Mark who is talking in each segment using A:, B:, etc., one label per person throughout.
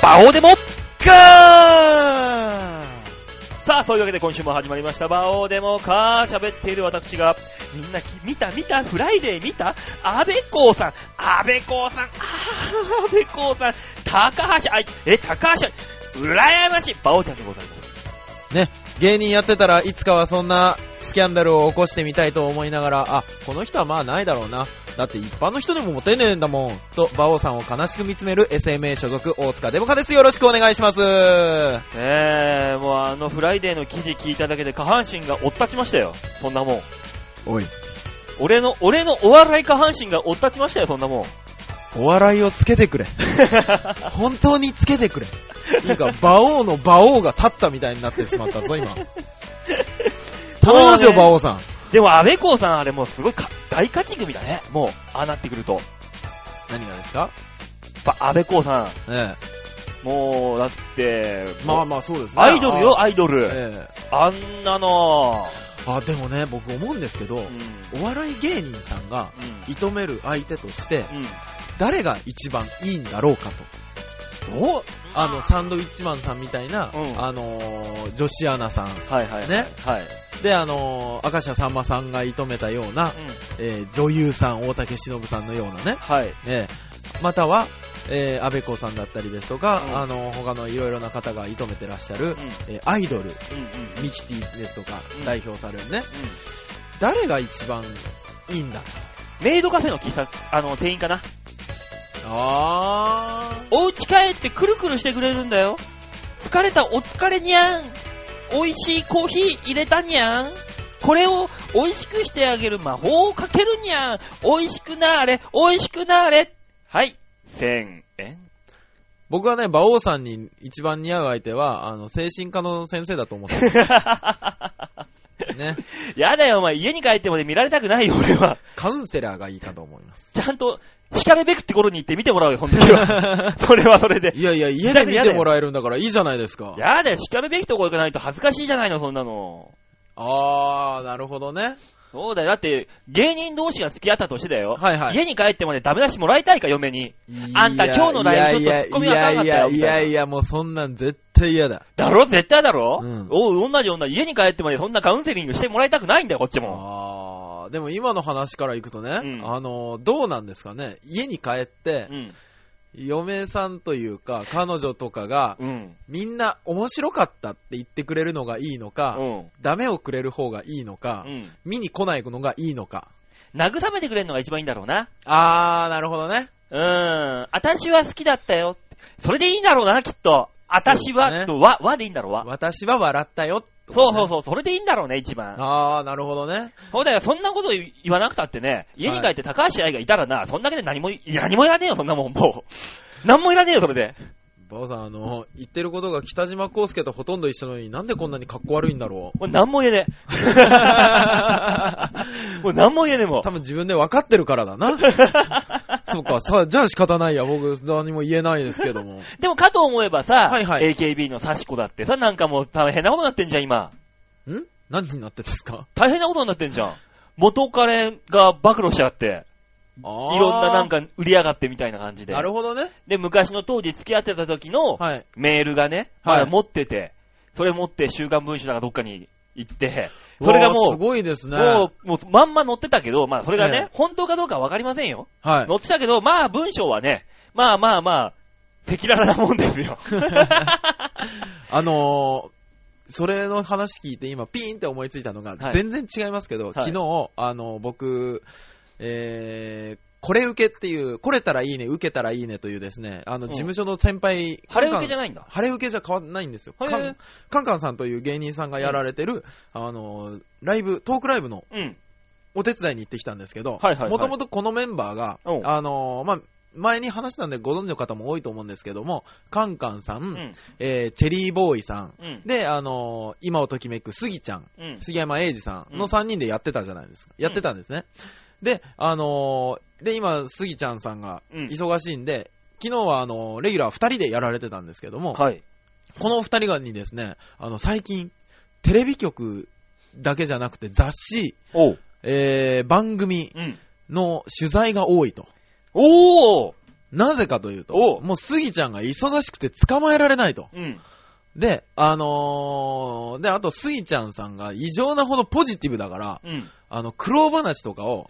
A: バオでもかーさあ、そういうわけで今週も始まりました。バオでもかー喋っている私が、みんなき見た見たフライデー見た安倍公さん安倍公さんあー安倍公さん高橋愛え、高橋愛羨ましいバオちゃんでございます。
B: ね、芸人やってたらいつかはそんなスキャンダルを起こしてみたいと思いながら、あ、この人はまあないだろうな。だって一般の人でもモテねえんだもん。と、馬王さんを悲しく見つめる SMA 所属大塚デモカです。よろしくお願いします。ね
A: ねえ、もうあのフライデーの記事聞いただけで下半身がおっ立ちましたよ。そんなもん。
B: おい、
A: 俺の、俺のお笑い下半身がおっ立ちましたよ、そんなもん。
B: お笑いをつけてくれ。 本当につけてくれ。いいか、馬王の馬王が立ったみたいになってしまったぞ、 今。頼みます
A: も
B: よ、
A: うね
B: 馬王さん。
A: でも、安倍公さん、あれもうすごいか大勝ち組だね。もう、ああなってくると。やっ
B: 何がですか
A: ぱ安倍公さ
B: え
A: ん、もう、だって、
B: え。まあ
A: も
B: まあそうです
A: う
B: ね。
A: アイドルよ、
B: あ
A: アイドル。
B: ええ。
A: あんなの、
B: あ、でもね、僕思うんですけど、
A: うん。
B: お笑い芸人さんが
A: うん
B: 射止める相手として、
A: うん。
B: 誰が一番いいんだろうかと。
A: お
B: あの、サンドウィッチマンさんみたいな、
A: うん
B: あのー女子アナさん。
A: はいはいはい。
B: ね
A: はい。
B: で、あのー、赤シャさんまさんが射止めたような、
A: うん。
B: えー女優さん、大竹しのぶさんのようなね、
A: はい。
B: えーまたは、えー、安倍子さんだったりですとか、
A: うん
B: あのー他のいろいろな方が射止めてらっしゃる、
A: うん。
B: えーアイドル、
A: うんうん。うん
B: ミキティですとか
A: うん、
B: 代表されるね、誰が一番いいんだ
A: メイドカフェの喫茶、あの、店員かな。
B: あー。
A: お家帰ってくるくるしてくれるんだよ。疲れたお疲れにゃん。美味しいコーヒー入れたにゃん。これを美味しくしてあげる魔法をかけるにゃん。美味しくなーれ、美味しくなーれ。はい、1000円。
B: 僕はね、馬王さんに一番似合う相手は、あの、精神科の先生だと思ってます ね。
A: やだよ、お前。家に帰ってまで見られたくないよ、俺は。
B: カウンセラーがいいかと思います。
A: ちゃんと、叱るべくって頃に行って見てもらうよ、本当に は。それはそれで。
B: いやいや、家で見てもらえるんだからいいじゃないですか。
A: やだよ、叱るべきとこ行かないと恥ずかしいじゃないの、そんなの。
B: あー、なるほどね。
A: そうだよ。だって、芸人同士が付き合ったとしてだよ。
B: はいはい
A: 家に帰ってまでダメ出しもらいたいか、嫁に。あんた
B: いや
A: 今日のライブちょっとツッコミあかんかったよ
B: いやいやいやいや、もうそんなん絶対嫌だ。
A: だろ絶対だろ、
B: うん
A: おう、同じ女、家に帰ってまでそんなカウンセリングしてもらいたくないんだよ、こっちも。
B: あー、でも今の話からいくとね、
A: うん
B: あの、どうなんですかね。家に帰って
A: う、ん。
B: 嫁さんというか、彼女とかが、
A: うん。
B: みんな面白かったって言ってくれるのがいいの
A: う
B: か、
A: ん。
B: ダメをくれる方がいいのか
A: う、ん。
B: 見に来ないのがいいのか。
A: 慰めてくれるのが一番いいんだろうな。
B: あー、なるほどね。
A: うーん。私は好きだったよ。それでいいんだろうな、きっと。私は、
B: そうですね
A: と、わ、わでいいんだろう、わ。
B: 私は笑ったよ、
A: そうそう
B: う。
A: そう、それでいいんだろうね、一番。
B: あー、なるほどね。
A: そうだよ、そんなこと言わなくたってね、家に帰って高橋愛がいたらな、そんだけで何もい、何もいらねえよ、そんなもん、もう。 何もいらねえよ、それで。
B: バオさん、あの、言ってることが北島康介とほとんど一緒なのになんでこんなに格好悪いんだろう。
A: もう何も言え ねえ。もう何も言えねえもん。
B: 多分自分で分かってるからだ な。そうか、さ、じゃあ仕方ないや。僕、何も言えないですけど も。
A: でもかと思えばさ、
B: はいはい
A: AKB のサシコだってさ、なんかもう大変なことになってんじゃん、今。
B: ん何になってんですか
A: 大変なことになってんじゃん。元彼が暴露しちゃって、
B: い
A: いろんななん
B: か。
A: か売り上がってみたいな感じで
B: な。るほどね。
A: で、昔の当時付き合ってた時の
B: はい。
A: メールがね、まだ
B: はい
A: 持ってて、それ持って週刊文春だかどっかに行って、それが
B: わー
A: も
B: す
A: う、
B: ごいですね。
A: もう、もうまんま載ってたけど、まあそれが
B: え
A: ね
B: え、
A: 本当かどうかわかりませんよ。
B: はい。
A: 載ってたけど、まあ文章はね、まあまあまあ、赤裸々なもんです よ。
B: あのー、それの話聞いて今ピーンって思いついたのが、
A: はい
B: 全然違いますけど、昨日、あのー、僕、えー、これ受けっていう、これたらいいね、受けたらいいねというですね、あの、
A: うん
B: 事務所の先輩、
A: 晴れ受けじゃ
B: ゃ
A: ないんだ。
B: 晴れ受けじゃ変わんないんですよ。
A: へー
B: カンカンカンさんという芸人さんがやられてる、あのー、ライブ、トークライブの
A: うん。
B: お手伝いに行ってきたんですけど
A: はいはいは、い
B: もともとこのメンバーが
A: おう、
B: あのー、まあ、前に話したんでご存知の方も多いと思うんですけども、カンカンさん、
A: うん。
B: えーチェリーボーイさん、
A: うん。
B: で、あのー今をときめく杉ちゃん、
A: うん。
B: 杉山英二さん
A: うん
B: の3人でやってたじゃないですか。やってたんですね。で、あのーで、今、杉ちゃんさんが
A: うん
B: 忙しいんで、昨日はあのーレギュラー2人でやられてたんですけども、
A: はい。
B: この2人がにですね、あの、最近、テレビ局だけじゃなくて雑誌、
A: おう。
B: えー、番組
A: うん。
B: の取材が多いと。
A: おー
B: なぜかというと、
A: おう
B: もうスギちゃんが忙しくて捕まえられないと。
A: うん。
B: で、あのー、で、あとスギちゃんさんが異常なほどポジティブだから、
A: うん。
B: あの、苦労話とかを、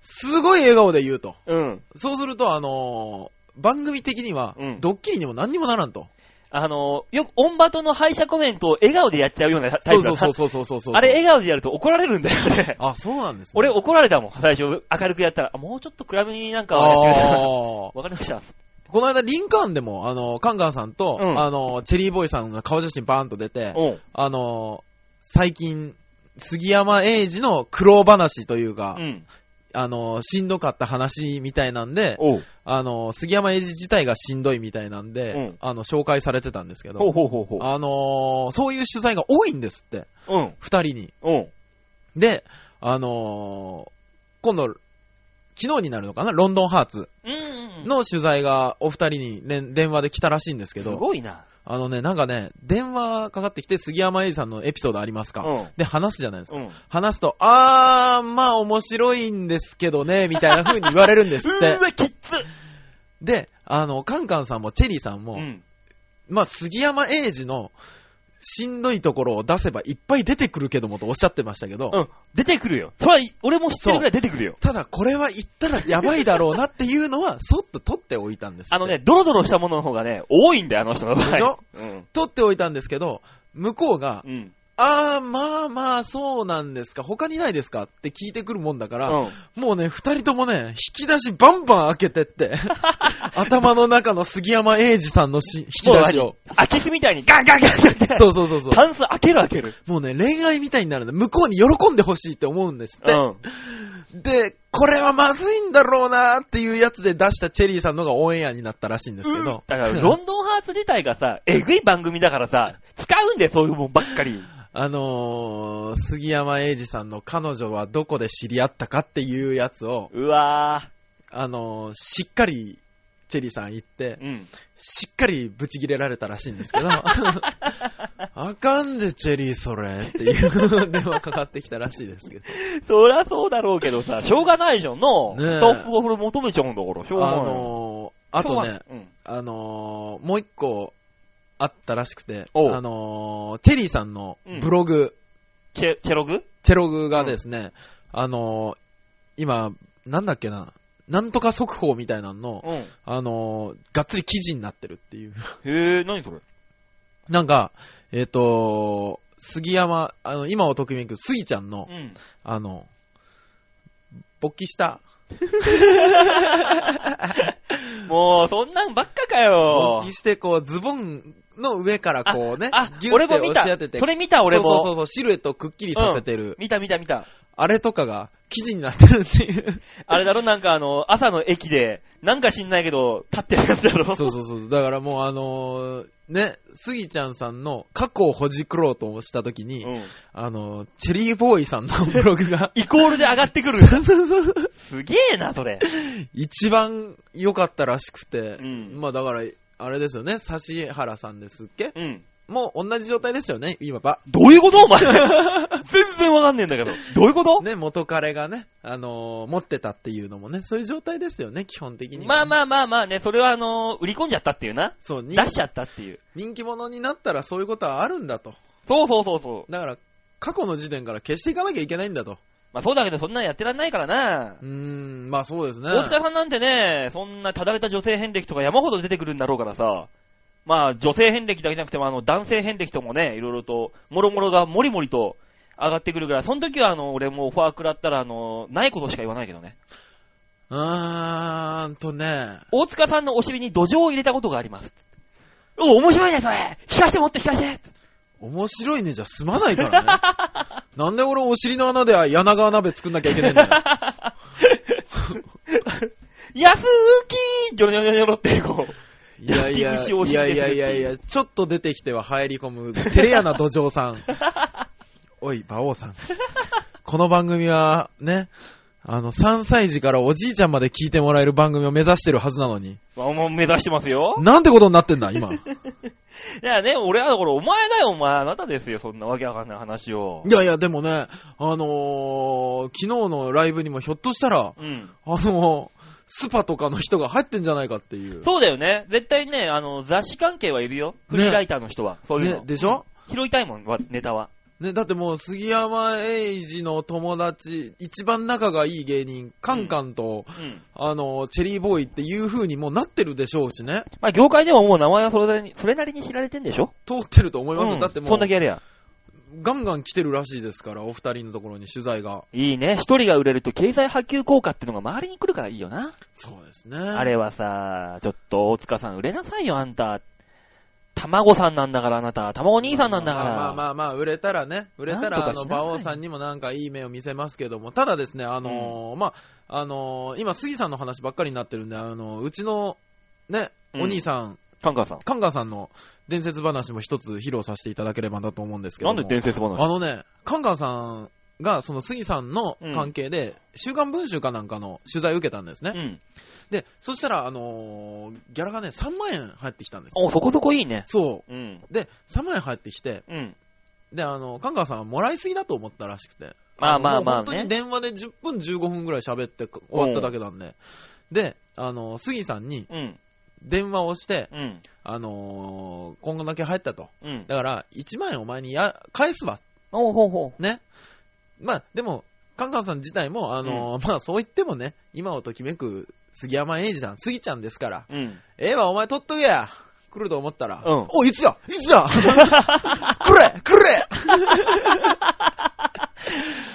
B: すごい笑顔で言うと。
A: うん。
B: そうすると、あのー番組的には
A: う、ん
B: ドッキリにも何にもならんと。
A: あの、よく、オンバトの敗者コメントを笑顔でやっちゃうようなタ
B: そ
A: イ
B: う
A: プだ
B: そ
A: っ
B: う
A: た
B: そうそうそうそうそう。
A: あれ、笑顔でやると怒られるんだよね。
B: あ、そうなんですね。
A: 俺怒られたもん、最初。明るくやったら、あもうちょっと暗めになんかはやってくれたら
B: あー
A: わかりました。
B: この間、リンカーンでも、あのー、カンカンさんと、
A: うん
B: あのー、チェリーボーイさんの顔写真バーンと出て、
A: うん。
B: あのー最近、杉山英二の苦労話というか、
A: うん。
B: あのーしんどかった話みたいなんで、
A: おう。
B: あのー杉山英二自体がしんどいみたいなんで、
A: うん
B: あの、紹介されてたんですけど、
A: ほうほうほうほう。
B: あのーそういう取材が多いんですって、
A: うん。
B: 二人に。
A: うん。
B: で、あのー今度、昨日になるのかなロンドンハーツ
A: うん。
B: の取材がお二人に、ね、電話で来たらしいんですけ
A: す
B: ど、
A: ごいな。
B: あのね、なんかね、電話かかってきて杉山英二さんのエピソードあります
A: う
B: か、
A: ん。
B: で、話すじゃないですか。
A: うん。
B: 話すと、あー、まあ面白いんですけどね、みたいな風に言われるんですっ て
A: う。わ、きっつ
B: で、あの、カンカンさんもチェリーさんも、
A: うん。
B: まあ杉山英二のしんどいところを出せばいっぱい出てくるけどもとおっしゃってましたけど、
A: うん。出てくるよ。それは、俺も知ってるぐらい出てくるよ。
B: ただこれは言ったらやばいだろうなっていうのは、そっと取っておいたんですって
A: あのね、、ドロドロしたものの方がね、多いんだよ、あの人の場合。
B: でしょ
A: うん。
B: 取っておいたんですけど、向こうが、
A: うん。
B: あー、まあまあ、そうなんですか、他にないですかって聞いてくるもんだから、
A: うん。
B: もうね、二人ともね、引き出しバンバン開け てって、頭の中の杉山英二さんのし引き
A: もう
B: 出し
A: 何
B: を。
A: 空き巣みたいにガンガンガンガンガン。
B: そうそうそうそう。
A: タンス開ける開ける。
B: もうね、恋愛みたいになるんで、向こうに喜んでほしいって思うんですっ
A: う
B: て。
A: ん。
B: で、これはまずいんだろうなっていうやつで出したチェリーさんのがオンエアになったらしいんですけど。
A: だから、ロンドンハーツ自体がさ、えぐい番組だからさ、使うんで、そういうもんばっかり。
B: あのー、杉山英二さんの彼女はどこで知り合ったかっていうやつを、
A: うわ
B: あのー、しっかり、チェリーさん言って
A: ぁ。、うん。
B: しっかりブチ切れられたらしい んですけど、あかんでチェリーそれっていう電話かかってきたらしいですけど。
A: そりゃそうだろうけどさ、しょうがないじゃんの。
B: ねえ
A: トップをこれ求めちゃうんだから、しょうが
B: あ
A: ない。
B: のー、あとね、
A: うん。
B: あのー、もう一個あったらしくて、あ
A: おう
B: のー、チェリーさんのブログ、
A: チェ、チェログ
B: チェログがですね、あのー、今、なんだっけな、なんとか速報みたいなのの、
A: うん。へ
B: あのー、がっつり記事になってるっていう。
A: え、何それ
B: なんか、えっ、と杉山、あの、今をときめく杉ちゃんの、
A: うん。
B: あの、勃起した、
A: もう、そんなんばっかかよ
B: 勃起。して、こう、ズボンの上からこうね、
A: あ
B: ギ、ュ
A: 俺
B: ッて
A: も見
B: 押
A: た。
B: し当てて、
A: それ見た、俺も。
B: そうそうそう、シルエットをくっきりさせてる、
A: 見た見た見た。
B: あれとかが記事になってるっていう。
A: あれだろ、なんかあの、朝の駅で、なんか知んないけど、立ってるやつだろ。
B: そうそうそう。だからもうあのーね、スギちゃんさんの過去をほじくろうとしたときに、
A: うん。、
B: あのーチェリーボーイさんのブログが
A: イコールで上がってくる。 すげえな、それ。
B: 一番良かったらしくて、
A: うん
B: まあだから、あれですよね、指原さんですっけ
A: うん。
B: もう同じ状態ですよね、今ば。
A: どういうことお前。 全然わかんねえんだけど。どういうこと、
B: ね、元彼がね、あのー持ってたっていうのもね、そういう状態ですよね、基本的に。
A: まあまあまあまあね、それはあのー売り込んじゃったっていうな。
B: そう、
A: 出
B: に
A: しちゃったっていう。
B: 人気者になったらそういうことはあるんだと。
A: そうそうそうそう。
B: だから、過去の時点から消していかなきゃいけないんだと。
A: まあそうだけど、そんなんやってらんないからな
B: う。ーん、まあそうですね。
A: 大塚さんなんてね、そんなただれた女性遍歴とか山ほど出てくるんだろうからさ、まあ女性遍歴だけじゃなくても、あの男性遍歴ともね、いろいろと、もろもろがもりもりと上がってくるから、その時はあの、俺もうオファー食らったら、あの、ないことしか言わないけどね。
B: うーんとね、
A: 大塚さんのお尻に土壌を入れたことがあります。お、面白いね、それ聞かしてもっと聞かして
B: 面白いねじゃ済まないから ね。なんで俺お尻の穴で柳川鍋作んなきゃいけないんだよ。
A: 安浮きジョロジョロジョロジョロってこう。
B: いやいや、
A: 焼き
B: い
A: 串を教
B: や
A: えて
B: い
A: くれ
B: や
A: るっていう
B: いやいや、ちょっと出てきては入り込む、テレヤな土壌さ ん。おい、馬王さん。この番組は、ね、あの、3歳児からおじいちゃんまで聞いてもらえる番組を目指してるはずなのに、
A: まあ、もう目指してますよ。
B: なんてことになってんだ、今。
A: いやね、俺はだからお前だよ、お前。あなたですよ、そんなわけわかんない話を。
B: いやいや、でもね、あのー、昨日のライブにもひょっとしたら、
A: うん。
B: あのー、スパとかの人が入ってんじゃないかっていう。
A: そうだよね。絶対ね、あの、雑誌関係はいるよ。フリーライターの人は。そういうの。
B: ね、でしょ
A: 拾いたいもん、わネタは。
B: ね、だってもう杉山英二の友達、一番仲がいい芸人、カンカンと、
A: うん。
B: あのー、チェリーボーイっていう風にもうなってるでしょうしね。
A: まあ、業界でももう名前はそれなりにそれなりに知られてんでしょ
B: 通ってると思います、
A: うん。
B: だっても
A: そ
B: うん
A: だけやれや。
B: ガンガン来てるらしいですから、お二人のところに取材が。
A: いいね。一人が売れると経済波及効果ってのが周りに来るからいいよな。
B: そうですね。
A: あれはさ、ちょっと大塚さん売れなさいよ、あんた。卵さんなんだから、あなた。卵兄さんなんだから。
B: まあまあまあまあ、売れたらね、売れたら、
A: な
B: あ
A: んと
B: の、
A: かしなさい
B: 馬王さんにもなんかいい目を見せますけども、ただですね、あのーまあ、あのー今、杉さんの話ばっかりになってるんで、あのーうちの、ね、
A: うん
B: お兄さん、
A: カンカンさん。
B: カンガンさんの伝説話も一つ披露させていただければなと思うんですけど
A: な
B: も。
A: んで伝説
B: あ
A: 話
B: のね、カンガンさんが、その杉さんの関係で、週刊文集かなんかの取材を受けたんですね。
A: うん。
B: で、そしたら、あのーギャラがね、3万円入ってきたんですよ。
A: お、そこそこいいね。
B: そ
A: うん。
B: う。で、3万円入ってきて、
A: うん。
B: で、あの、カンカンさんはもらいすぎだと思ったらしくて。
A: まあまあまあ
B: のもう本当に
A: ね。
B: 電話で10分15分ぐらい喋って終わっただけなんで。で、あの、杉さんに
A: うん。
B: 電話をして、
A: うん。
B: あのー今後だけ入ったと。
A: うん。
B: だから、1万円お前にや返すわ。
A: おうほうほ
B: ね。まあ、でも、カンカンさん自体も、あのーまあそう言ってもね、今をときめく杉山英二さん、杉ちゃんですから、
A: う。うん。
B: ええわ、お前取っとけや。来ると思ったら。
A: うん
B: お、いつやいつや 来れ来れ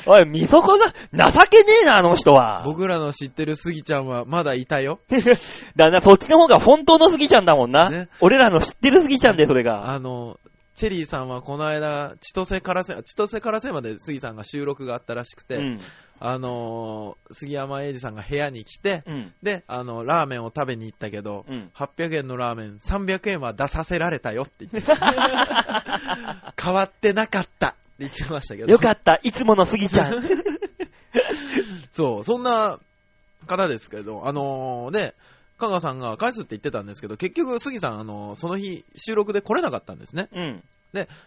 A: おい、見損な、情けねえな、あの人は。
B: 僕らの知ってるスギちゃんはまだいたよ。
A: だな、そっちの方が本当のスギちゃんだもんな。
B: ね
A: 俺らの知ってるスギちゃんで、それが。
B: あの、チェリーさんはこの間、千歳からせ、千歳からせまでスギさんが収録があったらしくて、
A: うん。
B: あのー、杉山英二さんが部屋に来て、
A: うん。
B: で、あの、ラーメンを食べに行ったけど、
A: うん。
B: 800円のラーメン300円は出させられたよって言って 変わってなかったって言ってましたけど。
A: よかった、いつものスギちゃん。
B: そう、そんな方ですけど、あのー、で、香川さんが返すって言ってたんですけど、結局、杉さん、あのーその日、収録で来れなかったんですね。
A: うん。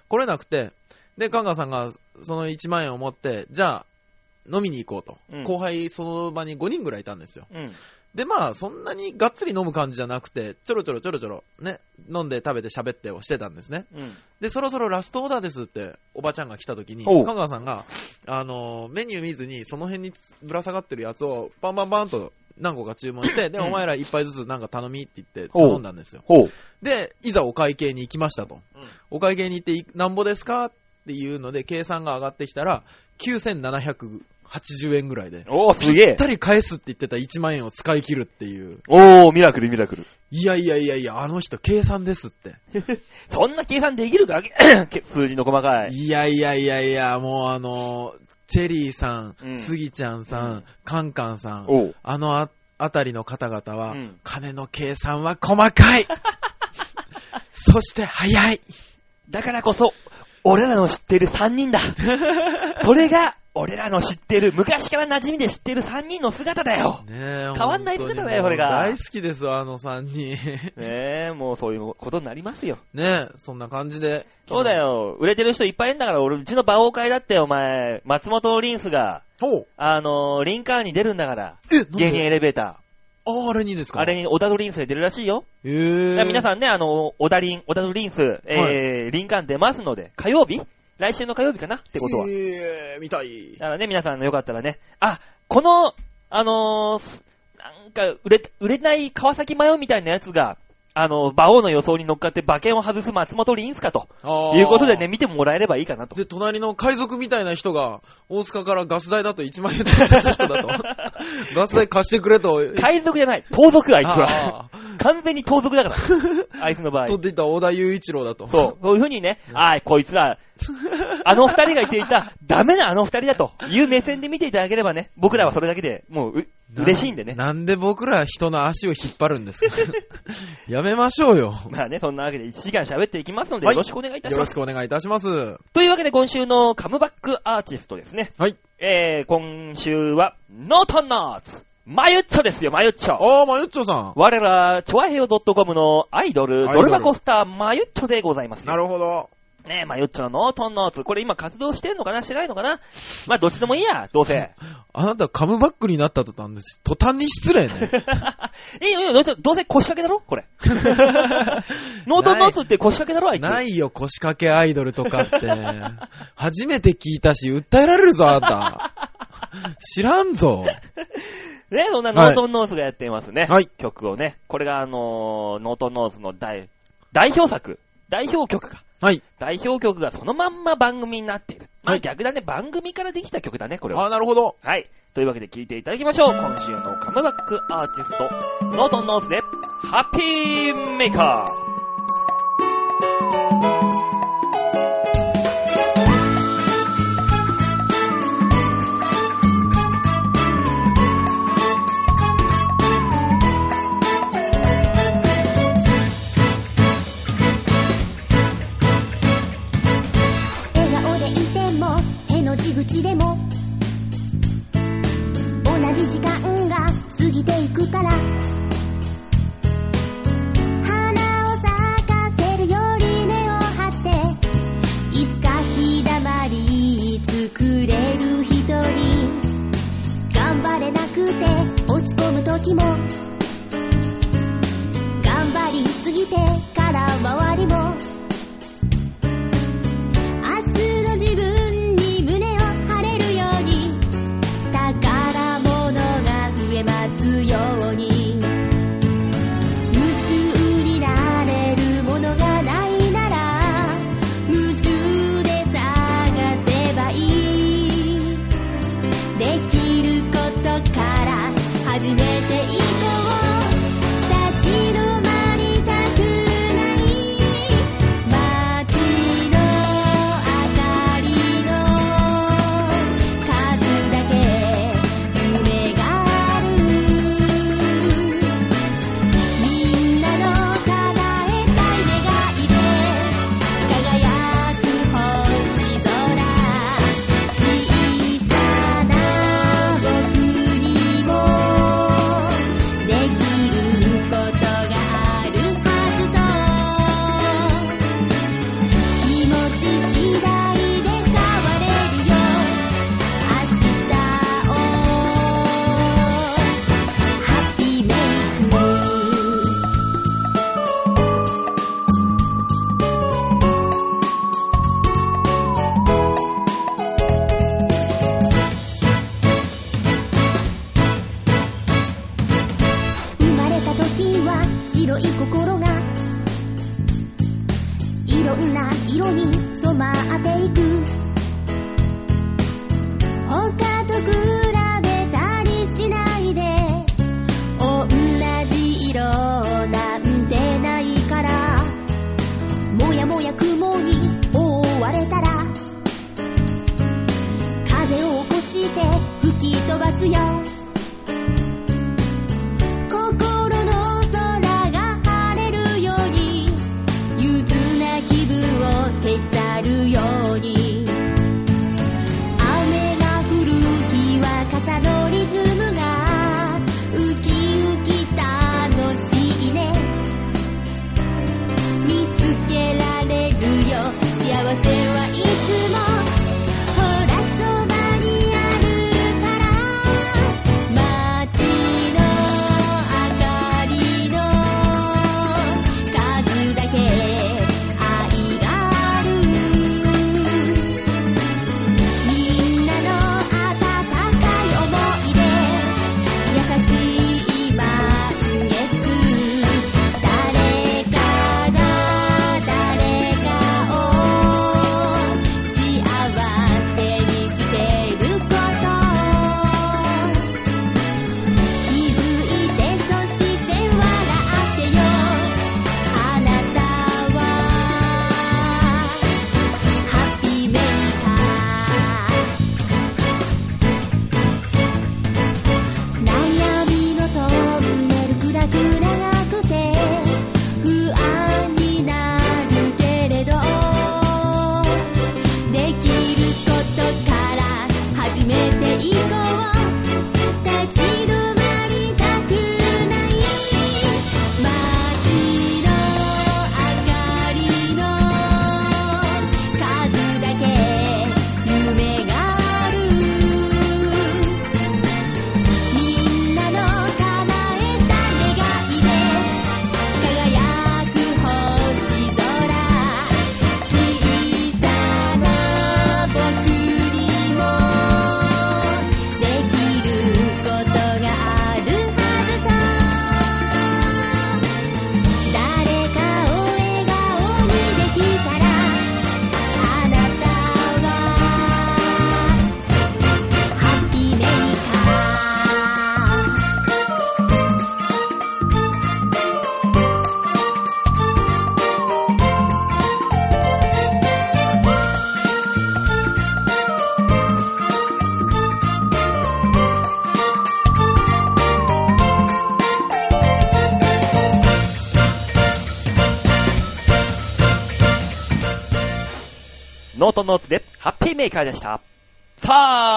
B: 来れなくて、で、香川さんが、その1万円を持って、じゃあ、飲みに行こうと。
A: うん
B: 後輩、その場に5人ぐらいいたんですよ。
A: うん。
B: で、まあ、そんなにがっつり飲む感じじゃなくて、ちょろちょろちょろちょろ、ね、飲んで食べて喋ってをしてたんですね。
A: うん。
B: で、そろそろラストオーダーですって、おばちゃんが来た時に、
A: おう
B: 香川さんが、あのーメニュー見ずに、その辺につぶら下がってるやつを、バンバンバンと何個か注文して、で、
A: うん
B: お前ら一杯ずつなんか頼みって言って
A: おう
B: 頼んだんですよ。
A: ほう。
B: で、いざお会計に行きましたと。お会計に行ってい、なんぼですかっていうので、計算が上がってきたら、9780円ぐらいで、
A: おー、すげ
B: ぴ
A: え
B: っ。たり返すって言ってた1万円を使い切るっていう。
A: おー、ミラクル、ミラクル。
B: いやいやいやいや、あの人計算ですって。
A: そんな計算できるか 数字の細かい。
B: いやいやいやいや、もうあの、チェリーさ
A: うん
B: ん、スギちゃんさ、
A: うん
B: カンカンさん、
A: おう。
B: あのああたりの方々は、
A: うん
B: 金の計算は細か いそして早い
A: だからこそ、俺らの知ってる3人だ。 それが、俺らの知ってる、昔から馴染みで知ってる3人の姿だよ。
B: ねえ
A: 変わんない
B: 本当に
A: 姿だよこれが
B: もう大好きですわ、あの3人。
A: ねえ、もうそういうことになりますよ。
B: ねえ、そんな感じで。
A: そうだ。よ。売れてる人いっぱいいるんだから、俺、うちの馬王会だって、お前、松本リンスが、
B: おう
A: あのー、リンカーンに出るんだから、
B: え、なん
A: 芸人
B: で
A: エレベータ
B: あ、あれにです
A: ー。
B: か
A: あれに、小田とリンスで出るらしいよ。
B: え
A: だから皆
B: ん。
A: さんね、あの、小田リン、小田とリンス、えー
B: は
A: リンカーン出ますので、火曜日来週の火曜日かなってことは。
B: えー、見たい
A: だ。からね、皆さんよかったらね、あ、この、あのーなんか、売れ、売れない川崎マヨみたいなやつが、あの、馬王の予想に乗っかって馬券を外す松本リンスかと、
B: あー
A: いうことでね、見てもらえればいいかなと。
B: で、隣の海賊みたいな人が、大塚からガス代だと1万円取ってた人だと。 ガス代貸してくれと。
A: 海賊じゃない、盗賊あいつは。
B: ああ
A: 完全に盗賊だ から。あいつの場合。
B: 取っていた小田雄一郎だと。
A: そう。そういうふうにね、ああ、こいつら、あの二人が言っていた、 ダメなあの二人だという目線で見ていただければね、僕らはそれだけでもうう、
B: な
A: 嬉しいんでね。
B: なんで僕ら人の足を引っ張るんですか やめましょうよ。
A: まあね、そんなわけで1時間喋っていきますので、
B: はい
A: よろしくお願いいたし
B: よ
A: ま
B: ろ
A: す。
B: しくお願いいたします。
A: というわけで今週のカムバックアーティストですね。
B: はい。
A: えー、今週は、ノートンナーツマユッチョですよ、マユッチョ。
B: あー、まゆっちょさ
A: 我ら、チョアヘヨ .com のアイドル、
B: アイド
A: ド
B: ル
A: ル箱スター、マユッチョでございます
B: ん。
A: よ
B: なるほど。
A: ねえ、マユッチョのノートンノーツ。これ今活動してんのかなしてないのかなまあ、どっちでもいいや、どうせ。
B: あなたカムバックになった途端です。途端に失礼ね。
A: いいよ、いいよ、どうせ、どうせ腰掛けだろこれ。ノートンノーツって腰掛けだろあいつ。
B: ないよ、腰掛けアイドルとかって。初めて聞いたし、訴えられるぞ、あなた。知らんぞ。
A: ね、そんなノートンノーズがやっていますね。
B: はい
A: 曲をね。これがあのーノートンノーズの代、代表作。代表曲か。
B: はい。
A: 代表曲がそのまんま番組になっている。まあ、
B: はい
A: 逆だね。番組からできた曲だね、これは。
B: あー、なるほど。
A: はい。というわけで聴いていただきましょう。今週のカムバックアーティスト、ノートンノーズで、ハッピーメーカー。
C: 笑顔でいても手の地口でも同じ時間が過ぎていくから花を咲かせるより根を張っていつか日だまり作れる一人頑張れなくて落ち込む時も頑張りすぎてから周りも明日の自分に胸を張れるように宝物が増えますように夢中になれるものがないなら夢中で探せばいいできることから始めていこう立ち止まりたくない街の明かりの数だけ夢があるみんなの叶えたい願いで輝く星空小さな僕にもできることがあるはずと気持ち次第で変われるよ明日をハッピーメイク生まれた時は白い心がいろんな色に染まっていく他と比べたりしないで同じ色なんてないからもやもや雲に覆われたら風を起こして吹き飛ばすよ心の空が晴れるように憂鬱な気分を
A: ートノーツで、ハッピーメーカーでした。さ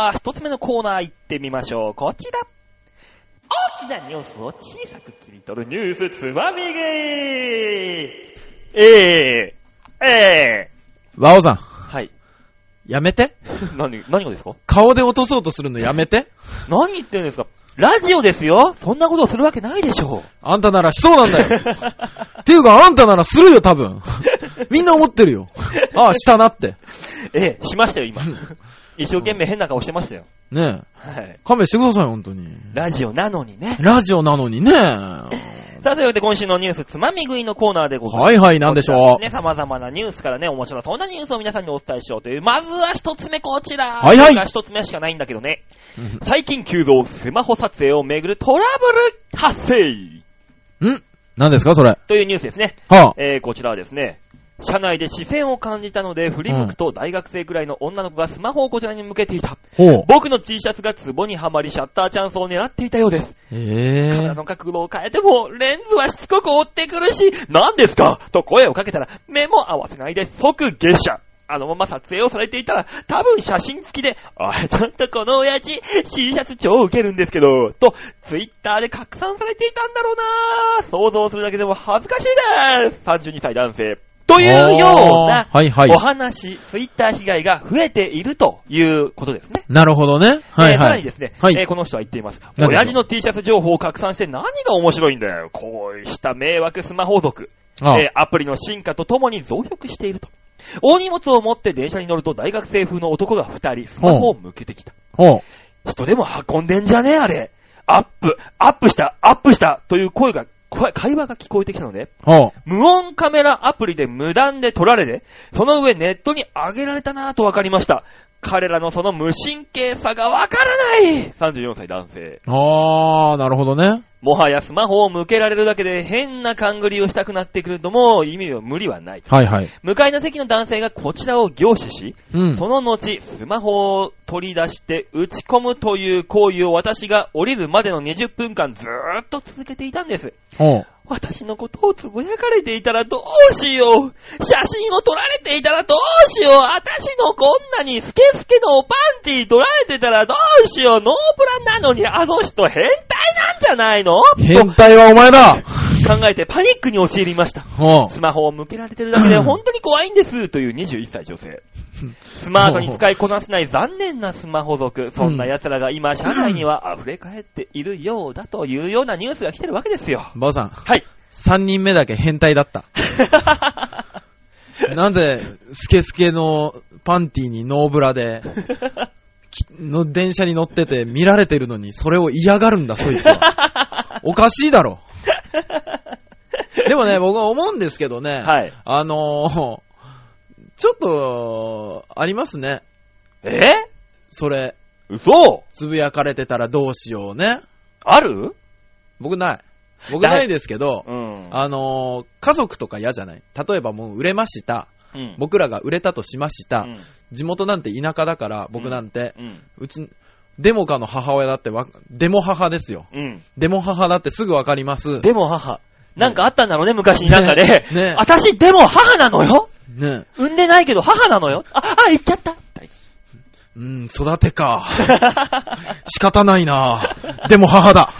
A: あ、一つ目のコーナー行ってみましょう。こちら。大きなニュースを小さく切り取るニュースつまみ食いええええ
B: バオさん、
A: はい。
B: やめて。
A: 何、何がですか
B: 顔で落とそうとするのやめて。
A: 何言ってるんですかラジオですよそんなことをするわけないでしょ
B: あんたならしそうなんだよ。 っていうか、あんたならするよ、多分。みんな思ってるよ。ああ、したなって。
A: ええ、しましたよ、今。 一生懸命変な顔してましたよ。
B: ねえ。
A: はい。
B: 勘弁してください、本当に。
A: ラジオなのにね。
B: ラジオなのにね。
A: さあ、というわけで今週のニュースつまみ食いのコーナーでございます。
B: はいはい、なんでしょう。
A: ね、様々なニュースからね、面白い。そんなニュースを皆さんにお伝えしようという。まずは一つ目こちら。
B: はいはい
A: これが一つ目しかないんだけどね。最近急増、スマホ撮影をめぐるトラブル発生
B: ん何ですか、それ。は
A: というニュースですね。
B: あ。
A: えー、こちらはですね。車内で視線を感じたので、振り向くと大学生くらいの女の子がスマホをこちらに向けていた。
B: ほう。
A: 僕の T シャツが壺にはまりシャッターチャンスを狙っていたようです。
B: ええ
A: 体の角度を変えても、レンズはしつこく追ってくるし、何ですかと声をかけたら、目も合わせないで即下車。あのまま撮影をされていたら、多分写真付きで、おい、ちょっとこの親父、C シャツ超ウケるんですけど、と、ツイッターで拡散されていたんだろうなぁ想像するだけでも恥ずかしいです !32 歳男性。というような
B: あ、ーはいはい
A: お話、ツイッター被害が増えているということですね。
B: なるほどね。
A: は
B: はいい
A: さ
B: は
A: らに
B: い。
A: ですね、
B: はい
A: えーこの人は言っています。
B: 何でしょう
A: 親父の T シャツ情報を拡散して何が面白いんだよ。こうした迷惑スマホ族。
B: あ
A: えーアプリの進化とともに増殖していると。大荷物を持って電車に乗ると大学生風の男が二人、スマホを向けてきた。
B: ほう。
A: 人でも運んでんじゃねえ、あれ。アップ、アップした、アップしたという声が、声会話が聞こえてきたので、
B: ほ
A: 無音カメラアプリで無断で撮られて、その上ネットに上げられたなぁと分かりました。彼らのその無神経さが分からない !34 歳男性。
B: う。ああ、なるほどね。
A: もはやスマホを向けられるだけで変な勘繰りをしたくなってくるのも意味は無理はない。
B: はいはい。
A: 向かいの席の男性がこちらを凝視し、
B: うん。
A: その後、スマホを取り出して打ち込むという行為を私が降りるまでの20分間ずーっと続けていたんです。
B: ほう。
A: 私のことをつぶやかれていたらどうしよう。写真を撮られていたらどうしよう。私のこんなにスケスケのパンティ撮られてたらどうしよう。ノープランなのにあの人変態なんじゃないの
B: 変態はお前だ
A: と考えてパニックに陥りました。
B: ほ
A: スマホを向けられてるだけで本当に怖いんですという21歳女性。スマートに使いこなせない残念なスマホ族。そんな奴らが今社内には溢れ返っているようだというようなニュースが来てるわけですよ。
B: う。ばあさん、
A: はい。
B: 三人目だけ変態 だった。なぜ、スケスケのパンティにノーブラで、きの電車に乗ってて見られてるのに、それを嫌がるんだ、そいつは。 おかしいだろ。でもね、僕は思うんですけどね、
A: はい
B: あのーちょっと、ありますね。
A: え
B: それ、
A: 嘘
B: つぶやかれてたらどうしようね。
A: ある
B: 僕ない。僕ないですけど、
A: うん。
B: あのー家族とか嫌じゃない例えばもう売れました。
A: うん、
B: 僕らが売れたとしました。
A: うん、
B: 地元なんて田舎だから、僕なんて、
A: うん。
B: うち、デモカの母親だってわ、デモ母ですよ。
A: うん。
B: デモ母だってすぐわかります。
A: でも母。なんかあったんだろうね、昔になんかで、ね
B: ねね
A: 私、でも母なのよ
B: ね。
A: 産んでないけど母なのよあ、あ、言っちゃ った
B: うん、育 てか。仕方ないなでも母だ。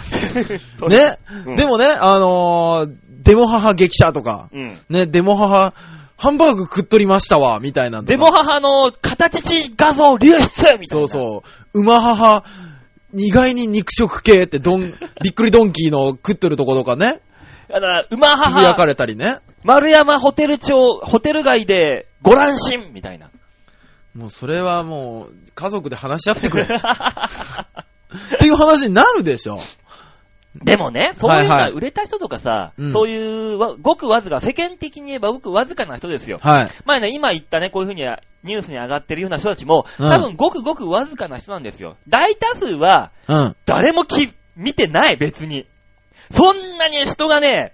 B: ね、
A: うん
B: でもね、あのーデモ母激写とか、
A: うん。
B: ね、デモ母、ハンバーグ食っとりましたわ、みたいなのとか。
A: でも母の形画像流出みたいな。
B: そうそう。馬母、意外に肉食系って、ど ん、びっくりドンキーの食っとるとことかね、
A: う。だから、馬
B: つぶやか
A: 母、
B: れたりね。
A: 丸山ホテル町、ホテル街でご乱心みた いな。
B: もうそれはもう、家族で話し合っ てくれ。っていう話になるでしょ。
A: でもね、そういうの
B: はいは
A: はい売れた人とかさ、
B: うん
A: そういうわ、ごくわずか、世間的に言えばごくわずかな人ですよ。
B: はい。
A: まあね、今言ったね、こういうふうにニュースに上がってるような人たちも、
B: うん
A: 多分ごくごくわずかな人なんですよ。大多数は、
B: うん。
A: 誰もき、見てない、別に。そんなに人がね、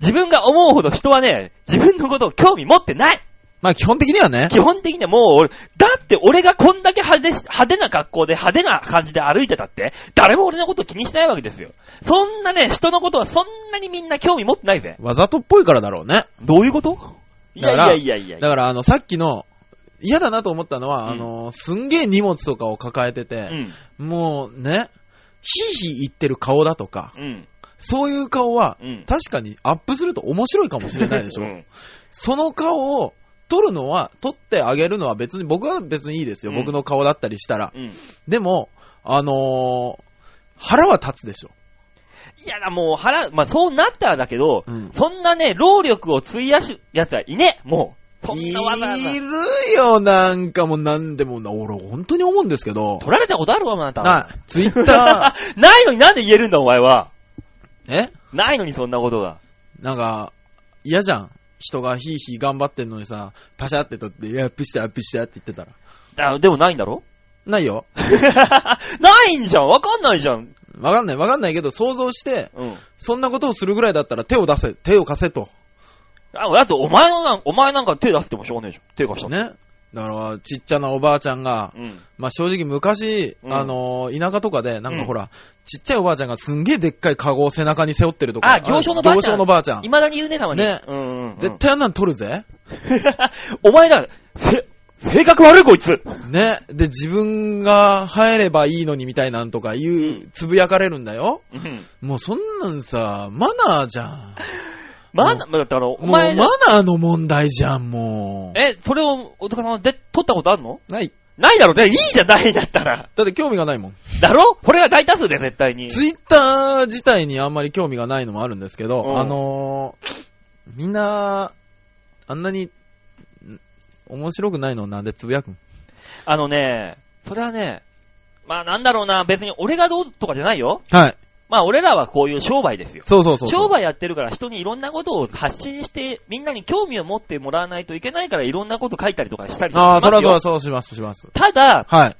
A: 自分が思うほど人はね、自分のことを興味持ってない
B: まあ基本的にはね。
A: 基本的にはもう俺、だって俺がこんだけ派手し、派手な格好で派手な感じで歩いてたって、誰も俺のこと気にしないわけですよ。そんなね、人のことはそんなにみんな興味持ってないぜ。
B: わざとっぽいからだろうね。
A: どういうこといやいやいやいやいや
B: だからあの、さっきの、嫌だなと思ったのは、
A: うん
B: あの、すんげえ荷物とかを抱えて
A: う
B: て、
A: ん。
B: もうね、ひいひい言ってる顔だとか、
A: うん。
B: そういう顔は、
A: うん
B: 確かにアップすると面白いかもしれないで しょ。
A: うん
B: その顔を、撮るのは、撮ってあげるのは別に、僕は別にいいですよ。
A: うん
B: 僕の顔だったりしたら。
A: うん。
B: でも、あのー腹は立つでしょ。
A: いやだ、もう腹、まあ、そうなったらだけど、
B: うん
A: そんなね、労力を費やすやつはいねえ、もう。そん
B: い
A: なわざわざ。
B: るよ、なんかもう何でもな、俺本当に思うんですけど、
A: 取られたことあるわ、あなた。
B: な、ツイッタ
A: ないのになんで言えるんだ、お前は。
B: ー、 え
A: ないのにそんなことが。
B: なんか、嫌じゃん。人がひいひい頑張ってんのにさ、パシャって撮って、いやアップしてアップしてって言ってたら。
A: だでもないんだろ
B: ないよ。
A: ないんじゃんわかんないじゃん。
B: わかんない、わかんないけど、想像して、
A: うん。
B: そんなことをするぐらいだったら手を出せ、手を貸せと。
A: あだってお前のなん、お前なんか手出してもしょうがねえじゃん。手貸したって。
B: ね。だから、ちっちゃなおばあちゃんが、
A: うん。
B: まあ正直昔、
A: うん
B: あのー田舎とかで、なん
A: うん
B: かほら、ちっちゃいおばあちゃんがすんげえでっかいカゴを背中に背負ってるとか。
A: あ行商のばあちゃん
B: 行商のばあちゃん。
A: 未だにいるね、たまに。
B: ね
A: うんうん、うん。
B: 絶対あんなの取るぜ。
A: お前だ、せ、性格悪いこいつ。
B: ね。で、自分が入ればいいのにみたいなんとかいう、
A: うん
B: つぶやかれるんだよ。
A: うん。
B: もうそんなんさ、マナーじゃん。
A: まあ、だってあの、お
B: もうマ
A: 前の、
B: ナーの問題じゃん、もう。
A: え、それを、お疲れ様で、取ったことあるの
B: ない。
A: ないだろ、で、いいじゃないんだったら。
B: だって興味がないもん。
A: だろこれが大多数で、絶対に。
B: ツイッター自体にあんまり興味がないのもあるんですけど、
A: うん
B: あのー、みんな、あんなに、ん面白くないのをなんでつぶやくん
A: あのね、それはね、まあなんだろうな、別に俺がどうとかじゃないよ。
B: はい。
A: まあ俺らはこういう商売ですよ。
B: そうそうそうそう。
A: 商売やってるから人にいろんなことを発信して、みんなに興味を持ってもらわないといけないからいろんなこと書いたりとかしたりとか
B: ああ、
A: しま
B: そ
A: すよ
B: らそらそうします、します。
A: ただ、
B: はい。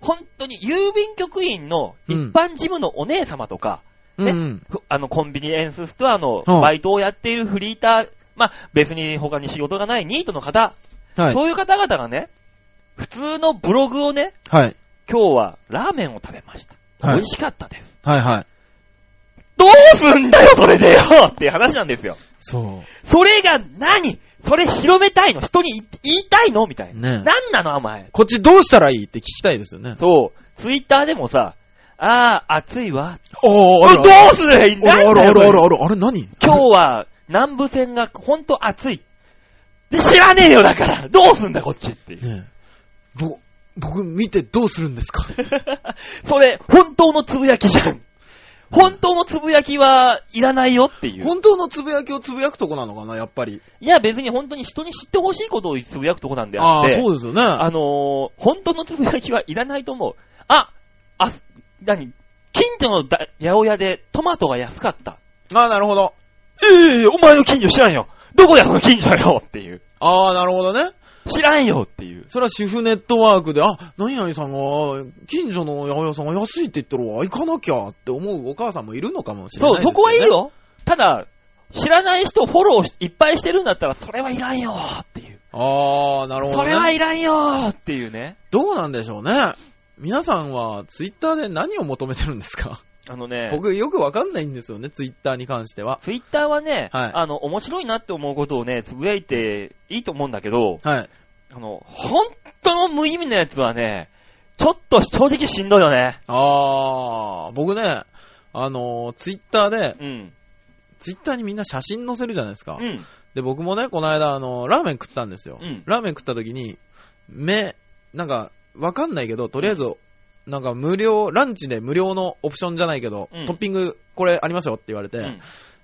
A: 本当に郵便局員の一般事務のお姉様とか、
B: うん
A: ね
B: うん。
A: ふあのコンビニエンスストアの
B: うん
A: バイトをやっているフリーター、まあ別に他に仕事がないニートの方、
B: はい。
A: そういう方々がね、普通のブログをね、
B: はい。
A: 今日はラーメンを食べました。
B: はい
A: 美味しかったです。
B: はいはい。
A: どうすんだよ、それでよっていう話なんですよ。
B: そ
A: それが何それ広めたいの人に言言いたいのみたいな。
B: ねえ
A: 何なのお前
B: う。。こっちどうしたらいいって聞きたいですよね。
A: そう。ツイッターでもさ、あー、暑いわ。
B: お
A: これどうすりゃいいん
B: あ
A: だ
B: るあ
A: よ。
B: るあるある
A: こ
B: ある、あれ何
A: れ今日は南部線がほんと暑い。で知らねえよ、だから。どうすんだ、こっちって いう。
B: ねえ。ぼ、僕見てどうするんですか
A: それ、本当のつぶやきじゃん。本当のつぶやきはいらないよっていう。
B: 本当のつぶやきをつぶやくとこなのかな、やっぱり。
A: いや、別に本当に人に知ってほしいことをつぶやくとこなんであ
B: あ
A: っ
B: あ
A: て、
B: ー、
A: あ
B: そうですよね。あ
A: のー、本当のつぶやきはいらないと思う。あ、あ、何近所のだ八百屋でトマトが安かった。
B: あー、なるほど。
A: ええお前の近所知らんよどこだその近所よっていう。
B: ああ、なるほどね。
A: 知らんよっていう。
B: それは主婦ネットワークで、あ、何々さんが、近所の八百屋さんが安いって言ったら、あ行かなきゃって思うお母さんもいるのかもしれない
A: そう、
B: ですね。
A: そこはいい。よ。ただ、知らない人フォローしいっぱいしてるんだったら、それはいらんよっていう。
B: ああ、なるほど、
A: そ
B: ね。
A: れはいらんよっていうね。
B: どうなんでしょうね。皆さんは、ツイッターで何を求めてるんですか、
A: あのね、
B: 僕よくわかんないんですよね、ツイッターに関しては。
A: ツイッターはね、
B: はい
A: あの、面白いなって思うことをね、つぶやいていいと思うんだけど、
B: はい。
A: あの、本当の無意味なやつはね、ちょっと正直しんどいよね。
B: ああ、僕ね、あのー、ツイッターで、
A: うん。
B: ツイッターにみんな写真載せるじゃないですか。
A: うん。
B: で、僕もね、この間、あの、ラーメン食ったんですよ。
A: うん
B: ラーメン食った時に、目、なんか、わかんないけど、とりあえず、なんか無料、ランチで無料のオプションじゃないけど、
A: うん
B: トッピング、これありますよって言われて、
A: うん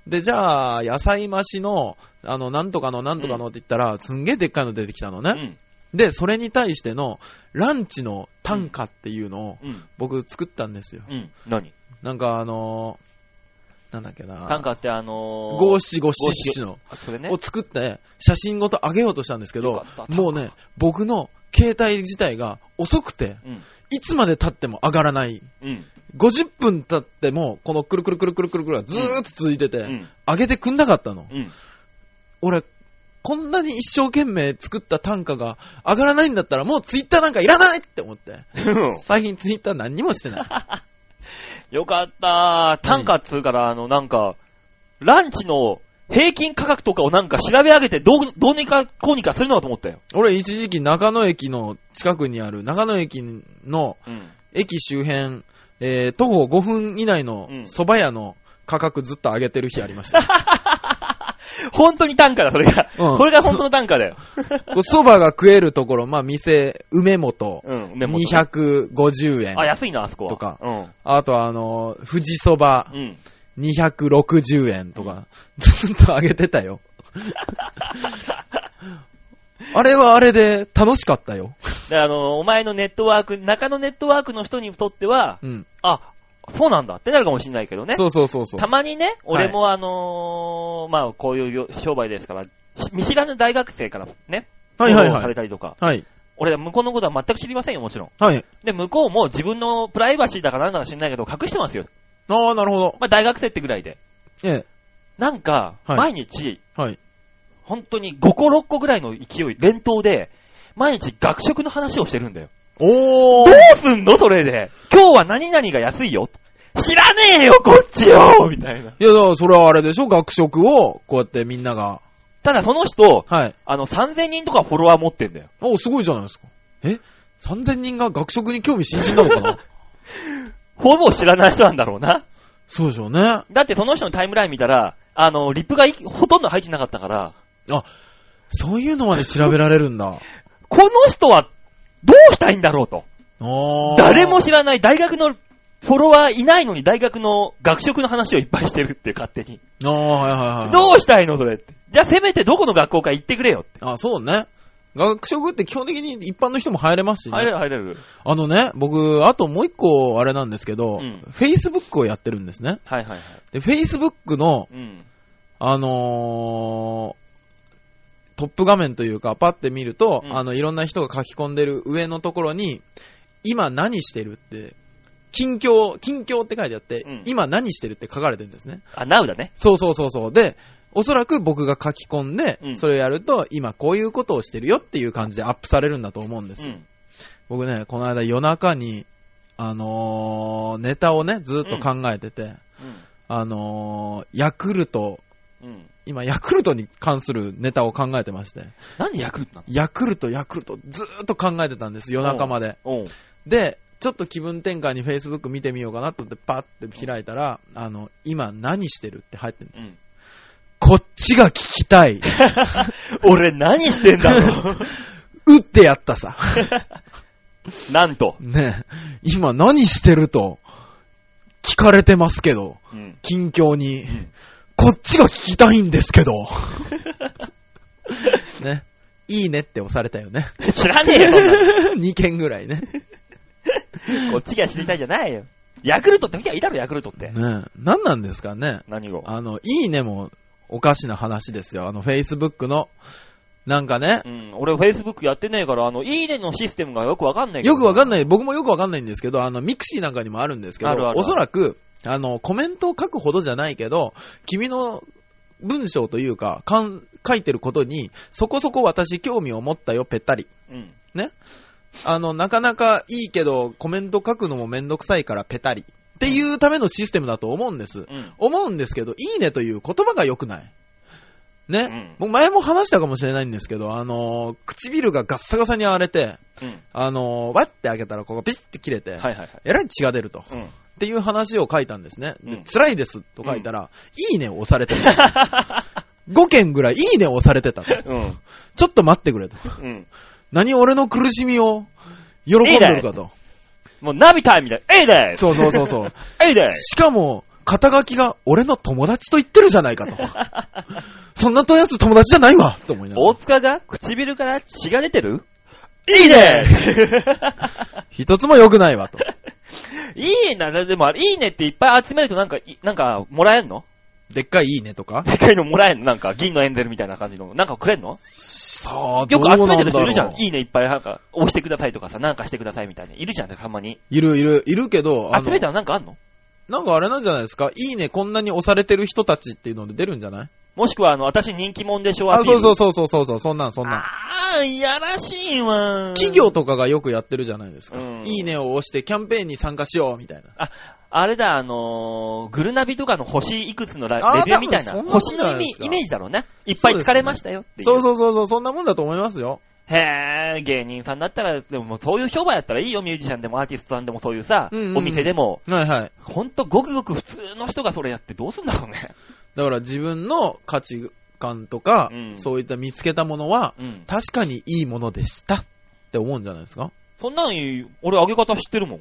B: で、じゃあ、野菜増しの、あの、なんとかの、なんとかのって言ったら、すんげえでっかいの出てきたの
A: う
B: ね。
A: ん。
B: で、それに対しての、ランチの単価っていうのを、
A: うん。
B: 僕作ったんですよ。
A: うん。何
B: なんかあのーなんだっけな。
A: 短歌ってあのー、
B: 五七五七七の。
A: あそれね
B: を。作って、写真ごと上げようとしたんですけ
A: よ
B: ど
A: かっ、た
B: もうね、僕の携帯自体が遅くて、
A: うん。
B: いつまで経っても上がらない。
A: うん。
B: 50分経っても、このくるくるくるくるくるくるがずーっと続いてて、
A: うん。
B: 上げてくんなかったの。
A: うん。
B: 俺、こんなに一生懸命作った単価が上がらないんだったら、もうツイッターなんかいらないって思って。 最近ツイッター何にもしてない。
A: よかったー。短歌っつうから、あの、なんか、ランチの平均価格とかをなんか調べ上げてどう、どうにかこうにかするのかと思ったよ。
B: 俺一時期中野駅の近くにある、中野駅の
A: うん。
B: 駅周辺、えー、徒歩5分以内の
A: うん
B: 蕎麦屋の価格ずっと上げてる日ありました。
A: 本当に単価だ、それが。
B: うん
A: これが本当の単価だよ。
B: こう蕎麦が食えるところ、まあ店、梅本、
A: うん、ね、もっとね
B: 250円。
A: あ、安いな、あそこは。
B: とか
A: うん。
B: あとあのー、富士蕎麦、
A: うん。
B: 260円とか、ずっと上げてたよ。 あれはあれで楽しかったよ。
A: で、あの、お前のネットワーク、中のネットワークの人にとっては、
B: うん。
A: あ、そうなんだってなるかもしれないけどね。
B: そうそうそうそう
A: た。まにね、俺もあのーまあ、こういう業商売ですから、し見知らぬ大学生からね、
B: はいはい
A: フォローさ
B: は
A: れ
B: い。
A: たりとか。
B: はい。
A: 俺は向こうのことは全く知りませんよ、もちろん。
B: はい。
A: で、向こうも自分のプライバシーだかなんだか知んないけど、隠してますよ。
B: ああ、なるほど。
A: まあ、大学生ってぐらいで。
B: え
A: なんか、
B: はい
A: 毎日、
B: え。はい。
A: 本当に5個6個ぐらいの勢い、連投で、毎日学食の話をしてるんだよ。ど
B: おー。
A: うすんのそれで。今日は何々が安いよ。知らねえよ、こっちよみたいな。
B: いや、だからそれはあれでしょ学食を、こうやってみんなが。
A: ただその人、
B: はい。
A: あの、3000人とかフォロワー持ってんだよ。
B: お、すごいじゃないですか。え ?3000 人が学食に興味津々なの かな
A: ほぼ知らない人なんだろうな。
B: そうでしょうね。あ、
A: だってその人のタイムライン見たら、あの、リップがいほとんど入ってなかったから、
B: そういうのまで調べられる んだ。
A: この人はどうしたいんだろうと。
B: あー
A: 誰も知らない大学のフォロワーいないのに大学の学食の話をいっぱいしてるっていう勝手に。
B: ああ、はいはいはい。
A: どうしたいのそれって。じゃあせめてどこの学校か行ってくれよって。
B: あ、そうね。学食って基本的に一般の人も入れますし、ね、
A: 入れる入れる。
B: あのね、僕、あともう一個あれなんですけ
A: う
B: ど、
A: ん
B: フェイスブックをやってるんですね。
A: はいはいはい。
B: で、フェイスブックの、
A: うん。
B: あのートップ画面というか、パッて見ると、
A: うん
B: あの、いろんな人が書き込んでる上のところに、今何してるって、近況、近況って書いてあって、
A: うん
B: 今何してるって書かれてるんですね。
A: あ、ナウだね。
B: そうそうそうそう。で、おそらく僕が書き込んで、
A: うん
B: それをやると、今こういうことをしてるよっていう感じでアップされるんだと思うんです。
A: うん。
B: 僕ね、この間夜中に、あのーネタをね、ずーっと考えてて、あのーヤクルト、
A: うん。うん。
B: 今、ヤクルトに関するネタを考えてまして、
A: なんでヤクルトなの
B: ヤクルト、ヤクルト、ずーっと考えてたんです、夜中まで。
A: おう。
B: で、ちょっと気分転換に Facebook 見てみようかなと思って、パッて開いたら、あの、今何してるって入ってる。
A: うん。
B: こっちが聞きたい。
A: 俺何してんだろう。
B: 打ってやったさ。
A: なんと。
B: ねえ今何してると、聞かれてますけど、
A: うん。
B: 近況に。
A: ん
B: こっちが聞きたいんですけど。ね。いいねって押されたよね。
A: 知らねえよそんな
B: 2件ぐらいね。
A: の、こっちが知りたいじゃないよ。ヤクルトって時はいたろ、ヤクルトって
B: ね。何なんですかね。
A: 何を。
B: あの、いいねもおかしな話ですよ。あの、Facebook の、なんかね
A: う、ん、俺 Facebook やってねえから、あの、いいねのシステムがよくわかんないけど。
B: よくわかんないい、僕もよくわかんないんですけど、あの、ミクシーなんかにもあるんですけど、
A: あるあるある
B: おそらく、あの、コメントを書くほどじゃないけど、君の文章というか、かん書いてることに、そこそこ私興味を持ったよ、ぺったり。
A: うん。
B: あの、なかなかいいけど、コメント書くのもめんどくさいから、ぺたり。っていうためのシステムだと思うんです。
A: うん。
B: 思うんですけど、いいねという言葉が良くない。ね、
A: う
B: 僕前も話したかもしれないんですけど、あのー唇がガッサガサに荒れて、
A: うん。
B: あのーわって開けたらここがピッて切れて、
A: はいはいはい。
B: えらい血が出ると。っ
A: うん。
B: ていう話を書いたんですね。で
A: うん
B: 辛いですと書いたら、いいねを押されてる。5件ぐらいいいねを押されてたと。
A: うん。
B: ちょっと待ってくれと。
A: うん。
B: 何俺の苦しみを喜んでるかと。
A: もうナビタイムだよ。えいだい
B: そうそうそうそう。
A: えいだい
B: しかも、肩書きが俺の友達と言ってるじゃないかと。 そんなやつ友達じゃないわと思いなが
A: 大
B: ら。
A: 塚が唇から血が出てる
B: いいね一つも良くないわと。
A: いいな、でもあれ、いいねっていっぱい集めるとなんか、いなんか、もらえんの
B: でっかいいいねとか
A: でかいのもらえんのなんか、銀のエンゼルみたいな感じの。なんかくれんの
B: さあ、
A: よく集めてる人いるじゃ。
B: どうなんだろう
A: いいねいっぱい、なんか、押してくださいとかさ、なんかしてくださいみたいな。いるじゃん、たまに。
B: いるいる、いるけど、あ
A: 集めた
B: の、
A: らなんかあんの
B: なんかあれなんじゃないですかいいねこんなに押されてる人たちっていうので出るんじゃない
A: もしくは、あの、私人気者でしょ。
B: あ、そうそううそうそうそうそう、そんなん、そんなん。
A: あー、いやらしいわ。
B: 企業とかがよくやってるじゃないですか。
A: うん
B: いいねを押してキャンペーンに参加しようみたいな。
A: あれだ、あのー、グルナビとかの星いくつのラ
B: あ
A: レ
B: ー
A: ビューみたい
B: 多
A: な、
B: 分そんなもん
A: 星
B: じゃ
A: の
B: な
A: イ
B: いで
A: メ
B: すか
A: イメージだろうね。いっぱい疲れましたよっていう。
B: そうそうそうそう、そんなもんだと思いますよ。
A: へー、芸人さんだったら、でももうそういう商売だったらいいよ、ミュージシャンでもアーティストさんでもそういうさ、
B: うんうんうん
A: お店でも、
B: はいはい。
A: ほんとごくごく普通の人がそれやってどうすんだろう ね。
B: だから自分の価値観とか、
A: うん
B: そういった見つけたものは、
A: うん。
B: 確かにいいものでしたって思うんじゃないですか
A: そんなのに、俺揚げ方知ってるもん。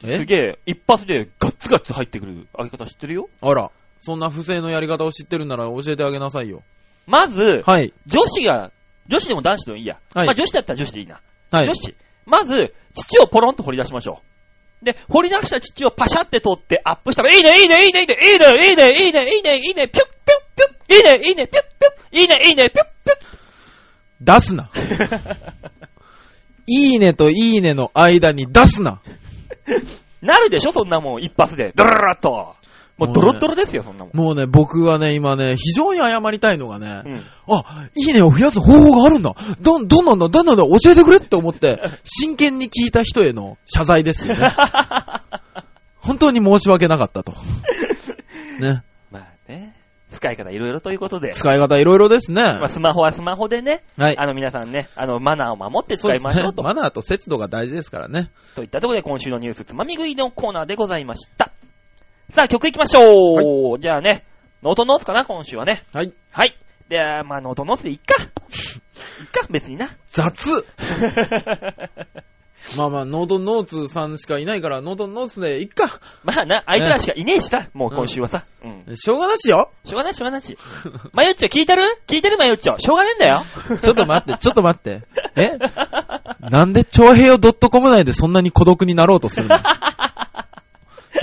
A: す
B: え
A: げえ、一発でガッツガッツ入ってくる揚げ方知ってるよ。
B: あら、そんな不正のやり方を知ってるなら教えてあげなさいよ。
A: まず、
B: はい、
A: 女子が、女子でも男子でもいいや。
B: はい
A: まあ女子だったら女子でいいな。
B: はい
A: 女。子。まず、乳をポロンと掘り出しましょう。で、掘り出した乳をパシャって取ってアップしたら、いいね、いいね、いいね、いいね、いいね、いいね、いいね、いいね、いいね、ピュッピュッピュッ、いいね、いいね、ピュッピュッ、いいね、いいね、ピュッピュッ。
B: 出すないいねといいねの間に出すな
A: なるでしょそんなもん、一発で。ドロロロッと。もうドロッドロですよ、そんなもん。
B: もうね、僕はね、今ね、非常に謝りたいのがね、
A: うん。
B: あ、いいねを増やす方法があるんだど、どんなんだどんなんだ教えてくれって 思って、真剣に聞いた人への謝罪ですよね。本当に申し訳なか ったと。ね。
A: まあね、使い方いろいろということで。
B: 使い方いろいろですね。
A: まあ、スマホはスマホでね、
B: はい。
A: あの皆さんね、あの、マナーを守って
B: そ
A: 使
B: うで
A: い
B: す
A: ましょ
B: ね
A: う。と。
B: マナーと節度が大事ですからね。
A: といったところで今週のニュースつまみ食いのコーナーでございました。さあ、曲いきましょう、じゃあね、ノートノースかな、今週はね。
B: はい。
A: はい。では、まあ、ノートノースでいっか。いっか、別にな。
B: 雑まあまあ、ノードンノーツさんしかいないから、ノードンノーツでいっか。
A: まあな、あいつらしかいねえしさ、もう今週はさ。うん。
B: しょうがなしよ。
A: しょうがない、しょうがないし。マユッチョ聞いてる聞いてるマユッチョ。しょうがねえんだよ。
B: ちょっと待って、ちょっと待って。えなんで、超平洋 .com 内でそんなに孤独になろうとするの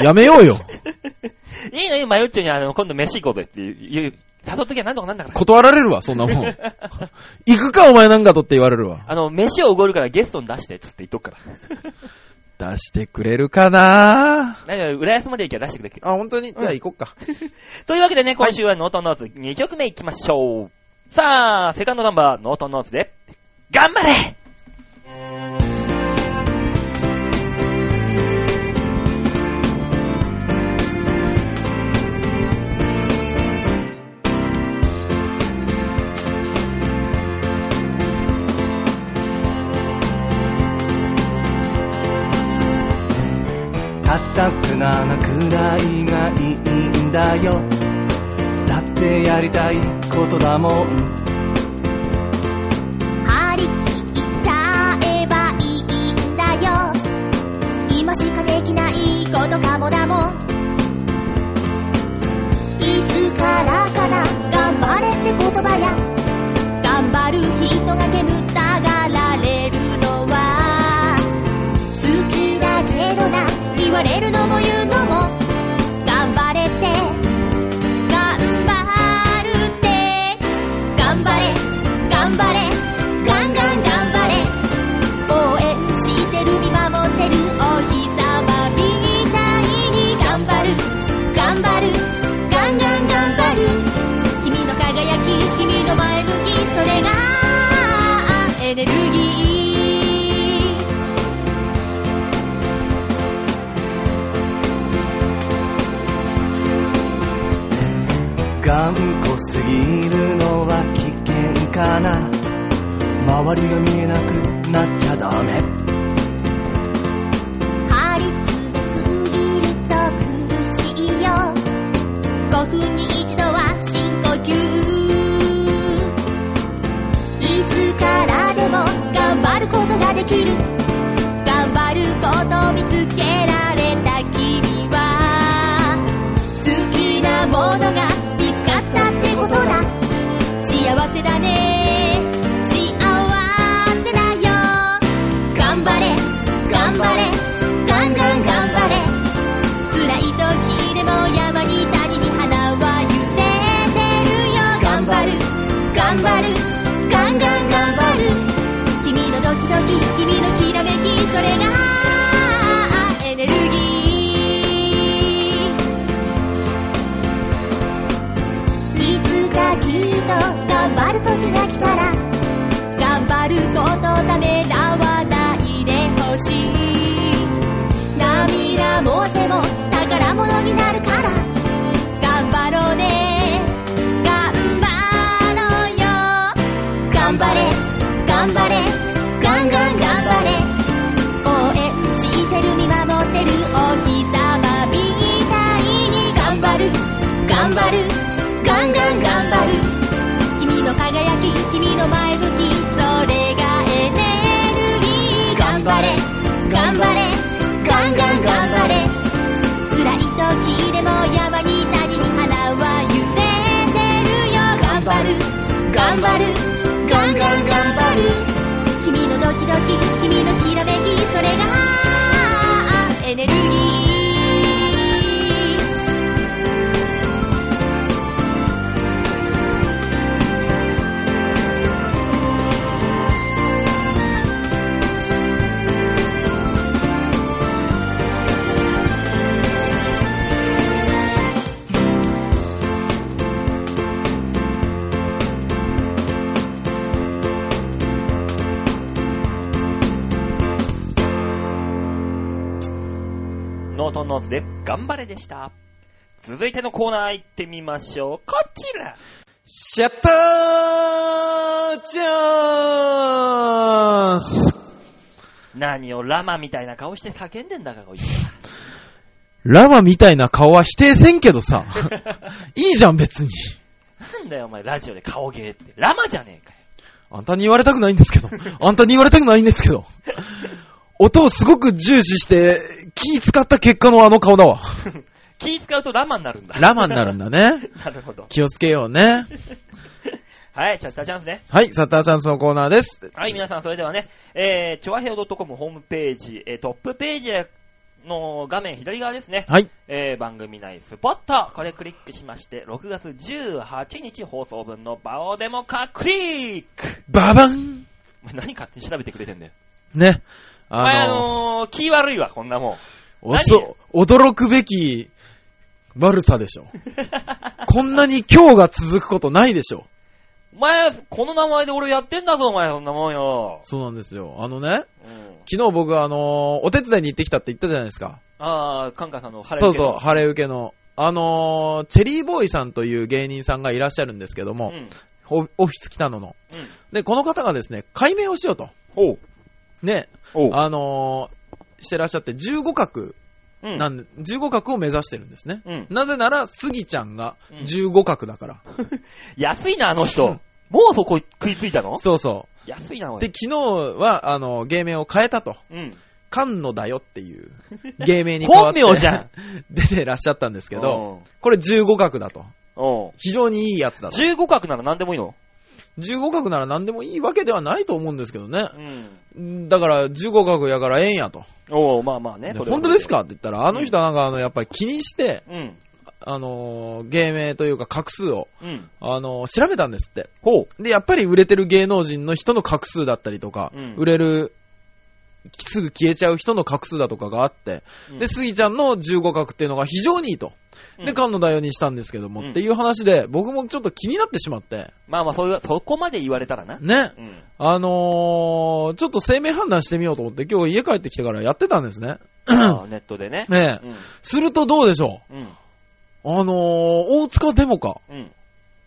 B: やめようよ。
A: いいのよ、マユッチョにあの、今度飯行こうぜっていう、誘っときゃなんとかなんだから。
B: 断られるわ、そんなもん。行くか、お前なんかとって言われるわ。
A: あの、飯をおごるからゲストに出して、つって言っとくから。
B: 出してくれるかな
A: だから、浦安まで行きゃ出してくれる。
B: あ、本当にじゃあ行こっか。
A: というわけでね、今週はノートノーツ2曲目いきましょう。さあ、セカンドナンバー、ノートノーツで、頑張れ
D: たったふななくらいがいいんだよだってやりたいことだもん
C: 張り切っちゃえばいいんだよ今しかできないことかもだもんいつからかな頑張れって言葉や頑張る人が煙たがられるのは好きだけどな言われるのも言うのも頑張れって頑張るって頑張れ頑張れガンガン頑張れ応援してる見守ってるお日様みたいに頑張る頑張るガンガン頑張る君の輝き君の前向きそれがエネルギー
D: 頑固すぎるのは危険かな周りが見えなくなっちゃダメ
C: 張り詰めすぎると苦しいよ5分に一度は深呼吸いつからでも頑張ることができる頑張ることを見つけられた君は好きなものが見つかったってことだ幸せだね幸せだよ頑張れ頑張れガンガン頑張れ辛い時でも山に谷に花は揺れてるよ頑張る頑張るガンガン頑張る君のドキドキ君のキラ頑張るガンガン頑張る君の輝き君の前向きそれがエネルギー頑張れ頑張れガンガン頑張れ辛い時でも山に谷に花は揺れてるよ頑張る頑張るガンガン頑張る君のドキドキ君のきらめきそれがエネルギー
A: ノートンノーズで頑張れでした。続いてのコーナー行ってみましょう。こちら
B: シャッターチャンス
A: 何をラマみたいな顔して叫んでんだか、こいつ。
B: ラマみたいな顔は否定せんけど さ。いいじゃん別に。
A: なんだよ、お前、ラジオで顔芸って。ラマじゃねえかよ。
B: あんたに言われたくないんですけど。あんたに言われたくないんですけど。音をすごく重視して、気使った結果のあの顔だわ。
A: 気使うとラマになるんだ。
B: ラマになるんだね。
A: なるほど。
B: 気をつけようね。
A: はい、チャッターチャンスね。
B: はい、サッターチャンスのコーナーです。
A: はい、皆さん、それではね、えー、ちょわへお .com ホームページ、えー、トップページの画面左側ですね。
B: はい。
A: えー、番組内スポット、これクリックしまして、6月18日放送分のバオデモカクリック
B: ババン
A: お前何勝手に調べてくれてんだよ。
B: ね。
A: あの
B: あ
A: あ
B: の、
A: のー、気悪いわ、こんなもん。
B: おそ、驚くべき悪さでしょ。 こんなに今日が続くことないでしょ。
A: お前、この名前で俺やってんだぞ、お前、そんなもんよ。
B: そうなんですよ。あのね、
A: うん。
B: 昨日僕あの、お手伝いに行ってきたって言ったじゃないですか。
A: あー、カンカンさんの晴れ
B: そうそう、
A: 晴
B: 晴れ受けの。あのー、チェリーボーイさんという芸人さんがいらっしゃるんですけど
A: う
B: も、
A: ん。
B: オオフィス北野の。
A: うん。
B: で、この方がですね、解明をしようと。
A: おう。
B: ね、
A: おう。
B: あのー、してらっしゃって、15角
A: うん。
B: なんで、15角を目指してるんですね。
A: うん。
B: なぜなら、スギちゃんが
A: うん
B: 15角だから。
A: 安いな、あの
B: う
A: 人
B: ん。
A: もうそこ食いついたの
B: そうそ
A: 安いな、お
B: う。
A: い
B: で、。昨日は、あのー、芸名を変えたと。
A: うん。
B: 菅野だよっ ていう、芸名に変わって。
A: 本名じゃん
B: 出てらっしゃったんですけど、これ15角だと。
A: うん。うん。
B: 非常にいいやつだと。
A: 15角なら何でもいいの
B: 15角なら何でもいいわけではないと思うんですけどね
A: う。ん。
B: だから、15角やからええんやと。
A: おう、まあまあね。
B: で
A: それは
B: 本当ですかって言ったら、あの人はなんか、あの、やっぱり気にして、
A: うん。
B: あのー、芸名というか画数を、
A: うん。
B: あのー、調べたんですって。
A: ほう。
B: で、やっぱり売れてる芸能人の人の画数だったりとか、
A: うん
B: 売れる、すぐ消えちゃう人の画数だとかがあって、
A: うん
B: で、スギちゃんの15画っていうのが非常にいいと。
A: うん
B: で、菅野大王にしたんですけども、
A: うん
B: っていう話で、僕もちょっと気になってしまって、
A: まあまあ、そういう、そこまで言われたらな。
B: ね。
A: うん。
B: あのー、ちょっと生命判断してみようと思って、今日家帰ってきてからやってたんですね。
A: あーネットでね。
B: ねえ。
A: うん。
B: するとどうでしょ
A: うん。
B: うあのー、大塚デモか。
A: うん。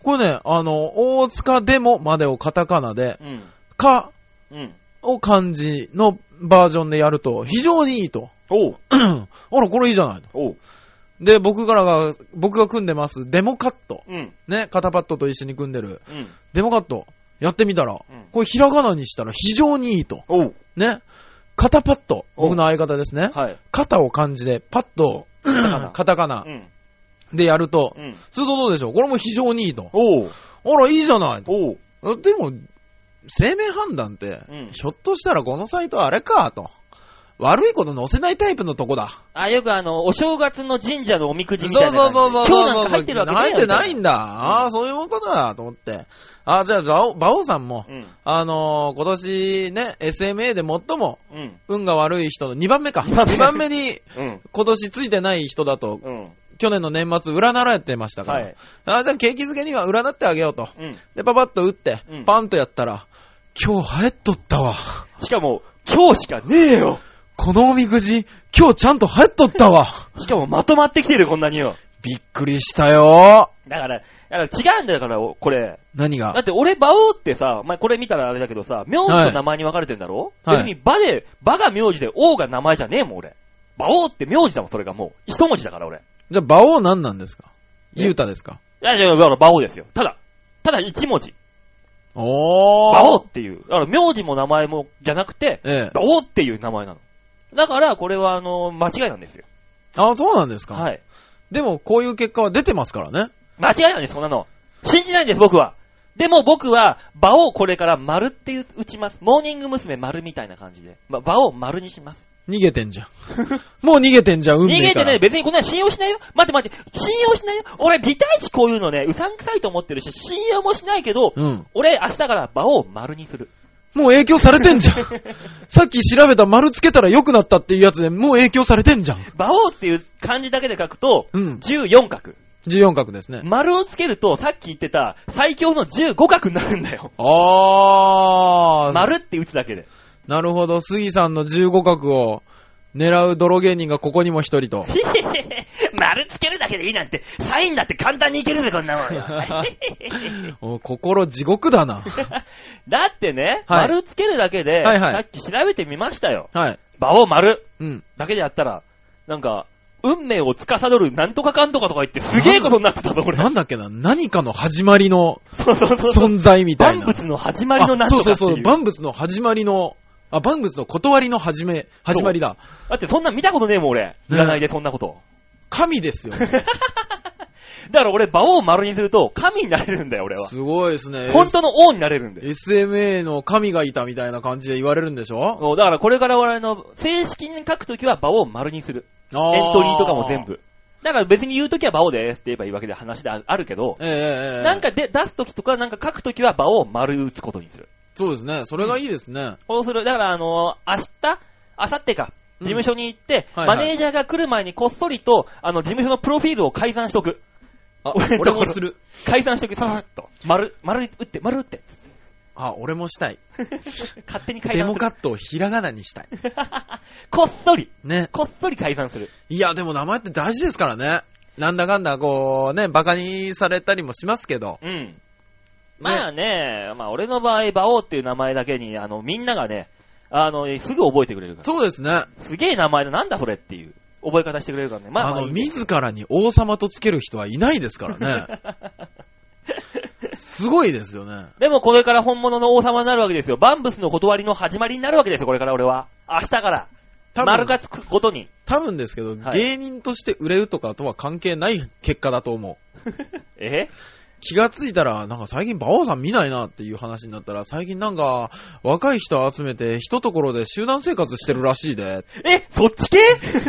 B: これね、あの、大塚デモまでをカタカナで、
A: うん。
B: か
A: うん。
B: を漢字のバージョンでやると、非常にいいと。
A: おう。
B: あら、これいいじゃないと。
A: おう。
B: で、僕からが、僕が組んでます、デモカット。
A: うん。
B: ね、肩パッドと一緒に組んでる、
A: うん。
B: デモカット。やってみたら、
A: うん
B: これひらがなにしたら非常にいいと。
A: おう。
B: ね。肩パッド。
A: お
B: 僕の相方ですね。
A: はい。
B: 肩を漢字で、パッド、カタカナ
A: うん。
B: でやると
A: う、ん。
B: するとどうでしょうこれも非常にいいと。
A: おう。
B: あら、いいじゃないと。
A: おう。
B: あでも、生命判断って、
A: うん
B: ひょっとしたらこのサイトあれか、と。悪いこと載せないタイプのとこだ。
A: あ、よくあの、お正月の神社のおみくじ
B: そ
A: み
B: う
A: たい
B: そ
A: うな感
B: そ
A: じ。
B: うそうそう。
A: 今日なんか入ってるわけねえ
B: 入ってないんだ。あ
A: う
B: あ、そういうことだ、と思って。ああ、じゃあ、バオ馬王さんも、
A: うん。
B: あのー今年ね、SMA で最も
A: うん。
B: 運が悪い人の2番目か。
A: 二番目
B: 2番目に、
A: うん。
B: 今年ついてない人だと、
A: うん。
B: 去年の年末占られてましたから。
A: はい
B: ああ、じゃあ、景気づけには占ってあげようと。
A: うん。
B: で、パパッと打って、
A: うん
B: パンとやったら、今日生えっとったわ。
A: しかも、今日しかねえよ
B: このおみくじ、今日ちゃんと入っとったわ。
A: しかもまとまってきてる、こんなによ。
B: びっくりしたよ。
A: だから、だから違うんだよだから、おこれ。
B: 何
A: だ
B: が
A: って俺、馬王ってさ、お前これ見たらあれだけどさ、名字と名前に分かれてんだろ、
B: はい
A: 別に馬で、馬が名字で王が名前じゃねえもん、俺。馬王って名字だもん、それがもう。一文字だから、俺。
B: じゃあ、馬王何なんですかゆうたですか
A: いやいやいや、だから、馬王ですよ。ただ、ただ一文字。
B: おー。
A: 馬王っていう。だから、名字も名前も、じゃなくて、
B: ええ。
A: 馬王っていう名前なの。だから、これは、あの、間違いなんですよ。
B: あ、そうなんですか
A: はい。
B: でも、こういう結果は出てますからね。
A: 間違いなんです、そんなの。信じないんです、僕は。でも僕は、場をこれから丸って打ちます。モーニング娘。丸みたいな感じで。ま、場を丸にします。
B: 逃げてん じゃん。もう逃げてんじゃん、運
A: 逃
B: 命から。
A: げてない。別にこんなの信用しないよ。待って待って。信用しないよ。俺、ビタイチこういうのね、うさんくさいと思ってるし、信用もしないけど、
B: うん。
A: 俺、明日から場を丸にする。
B: もう影響されてんじ ゃん。さっき調べた丸つけたら良くなったっていうやつでもう影響されてんじゃん。
A: 場をっていう漢字だけで書くと、
B: うん。
A: 14角。
B: 14角ですね。
A: 丸をつけると、さっき言ってた、最強の15角になるんだよ。
B: あー。
A: 丸って打つだけで。
B: なるほど。杉さんの15角を狙う泥芸人がここにも一人と。
A: へへへ丸つけるだけでいいなんて、サインだって簡単にいけるぜ、こんな もん。
B: お心地獄だ な。
A: だってね、
B: はい
A: 丸つけるだけで、
B: はいはい
A: さっき調べてみましたよ。
B: はい。
A: 場を丸
B: うん。
A: だけでやったら、なんか、運命を司るなんとかかんとかとか言ってすげえことになってたぞ、これ。
B: なんだっけな、何かの始まり の
A: そうそうそうそう。
B: 存在みたい
A: 万
B: な。
A: 物の始まりのなん
B: あ
A: とか
B: そ
A: って
B: うそ
A: いう
B: そう、万物の始まりの、あ、万物の断りの始め、始まりだ。
A: だってそんなん見たことねえもん、俺。占いでそんなこと。
B: 神ですよ。
A: だから俺、場を丸にすると、神になれるんだよ、俺は。
B: すごいですね。
A: 本当の王になれるんだよ。
B: SMA の神がいたみたいな感じで言われるんでしょ
A: そうだからこれから我々の正式に書くときは場を丸にする。
B: エン
A: エントリーとかも全。部。だから別に言うときは場をですって言えばいいわけで話でああるけど、
B: ええええええ
A: なんかで出すときとかなんか書くときは場を丸打つことにする。
B: そうですね。それがいいですね。
A: こうする。だからあのー明日、明後日か、
B: うん
A: 事務所に行って、
B: はいは
A: マ
B: い
A: ネージャーが来る前にこっそりと、あの、事務所のプロフィールを改ざんしとく。
B: あ、
A: 俺のとこ
B: 俺
A: ろ
B: もする。
A: 改ざんしとく。ささっと。丸、丸打って、丸打 って。
B: あ、俺もしたい。
A: 勝手に改
B: デ
A: ざん
B: モ
A: す
B: カ
A: る。
B: ットをひらがなにしたい。
A: こっそり、
B: ね。
A: こっそり改ざんする。
B: いや、でも名前って大事ですからね。なんだかんだ、こう、ね、バカにされたりもしますけど。
A: うん。まあね、まあ俺の場合、馬王っていう名前だけに、あの、みんながね、あの、すぐ覚えてくれるから。
B: そうですね。
A: すげえ名前だ、なんだそれっていう、覚え方してくれるからね。まあ、
B: あ
A: まあい
B: の、
A: いね
B: 自らに王様とつける人はいないですか らね。すごいですよね。
A: でもこれから本物の王様になるわけですよ。バンブスの断りの始まりになるわけですよ、これから俺は。明日から。
B: 多
A: 丸が
B: 分、
A: つくごとに。
B: 多分ですけど、
A: はい
B: 芸人として売れるとかとは関係ない結果だと思う。
A: え
B: 気がついたら、なんか最近馬王さん見ないなっていう話になったら、最近なんか、若い人集めて、一ところで集団生活してるらしいで。
A: えそっち系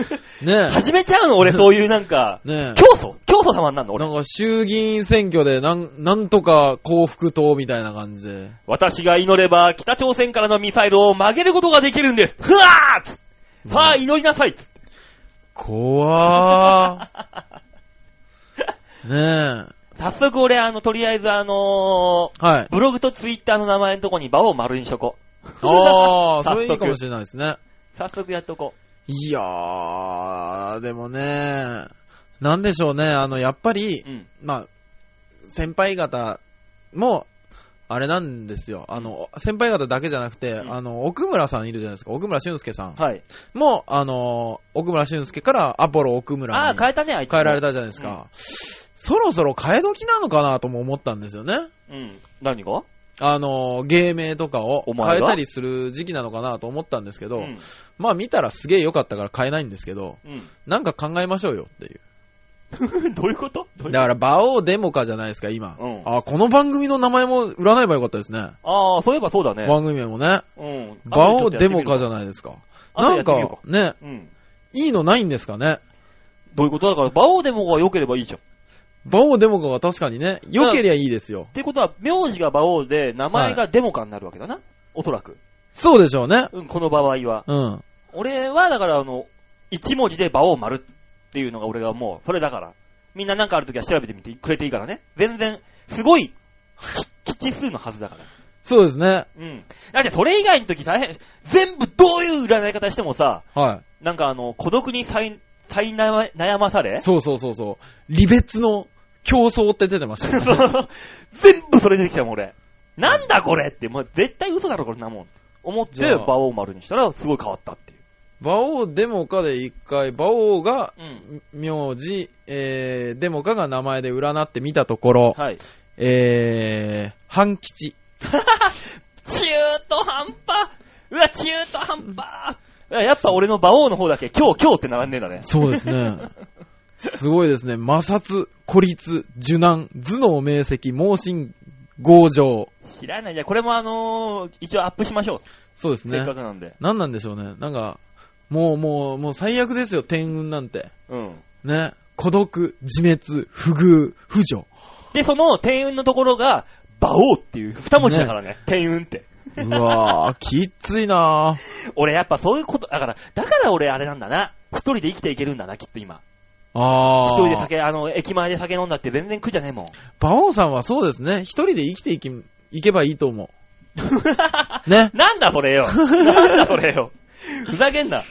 B: ね
A: 始めちゃうの俺、そういうなんか、
B: え。ねえ。
A: 競争競争様になるの俺。
B: なんか衆議院選挙でなん、なんとか幸福党みたいな感じで。
A: 私が祈れば、北朝鮮からのミサイルを曲げることができるんです。ふわーっつってさあ、祈りなさいっつって
B: 怖ー。ねえ。
A: 早速俺、あの、とりあえずあの
B: はい
A: ー、。ブログとツイッターの名前のとこに場を丸にしとこう。
B: ああ、そ
A: 早速
B: れいいかもしれないですね。
A: 早速やっとこ
B: いやー、でもね、なんでしょうね、あの、やっぱり、
A: う。うん。
B: まあ、先輩方も、あれなんですよ。あの、先輩方だけじゃなくて、
A: うん
B: あの、奥村さんいるじゃないですか。奥村俊介さん
A: はい。
B: も、あの、奥村俊介からアポロ奥村
A: ああ、
B: に
A: 変えたね、あいつ。
B: 変えられ。たじゃないですか。そろそろ変え時なのかなとも思ったんですよね。
A: うん。何が
B: あの、芸名とかを
A: お前が
B: 変えたりする時期なのかなと思ったんですけど、
A: うん。
B: まあ見たらすげえ良かったから変えないんですけど、
A: う
B: なんか考えましょうよっていう。
A: ん。 どういうことどういう
B: だから、バオデモカじゃないですか、今。
A: うん
B: あ、この番組の名前も売らないばよかったですね。
A: ああ、そういえばそうだね。
B: 番組名もね。
A: うん。
B: バオデモカじ
A: ん。
B: ゃないですか。
A: 後で
B: な
A: や
B: ん
A: ってみよう
B: か、ね、
A: うん。
B: いいのないんですかね。
A: どういうことだから、バオデモが良ければいいじゃん。っ
B: バオデモカは確かにね、良けりゃいいですよ。
A: てことは、名字がバオで、名前がデモカになるわけだな。おそらく。
B: そうでしょうね。
A: うん、この場合は。
B: うん。
A: 俺は、だから、あの、一文字でバオ丸っていうのが俺がもう、それだから。みんななんかあるときは調べてみてくれていいからね。全然、すごい、吉数のはずだから。
B: そうですね。
A: うん。だってそれ以外のとき大変、全部どういう占い方してもさ、
B: は
A: なんかあの、孤独にさい、 さいなま悩まされ
B: い。そうそうそうそう。離別の競争って出てました よね
A: 全部それできたもん、俺。なんだこれって、もう絶対嘘だろ、これなもん。思って、
B: じゃあ
A: 馬王丸にしたら、すごい変わったっていう。
B: 馬王デモカで一回、馬王が
A: うん。
B: 名字、えー、デモカが名前で占ってみたところ、
A: はい。
B: えー、半吉。
A: 中途半端うわ、中途半端うわやっぱ俺の馬王の方だけ、今日、今日って並んでんだね。
B: そうですね。 すごいですね。摩擦、孤立、受難、頭脳明晰、盲信、強情。
A: 知らない。じゃあこれもあのー、一応アップしましょう。
B: そうです
A: せっ
B: ね
A: か。くなんで。
B: 何なんでしょうね。なんか、もうもう、もう最悪ですよ、天運なんて。
A: うん。
B: ね。孤独、自滅、不遇、不助。
A: で、その、天運のところが、馬王っていう、二文字だからね。天運って。
B: うわぁ、きっついなぁ。
A: 俺やっぱそういうこと、だから、だから俺あれなんだな。一人で生きていけるんだな、きっと今。
B: あ
A: 一
B: ー。
A: 人で酒、あの、駅前で酒飲んだって全然苦じゃねえもん。
B: 馬王さんはそうですね。一人で生きていき、いけばいいと思う。ね。
A: なんだそれよ。なんだそれよ。ふざけんな。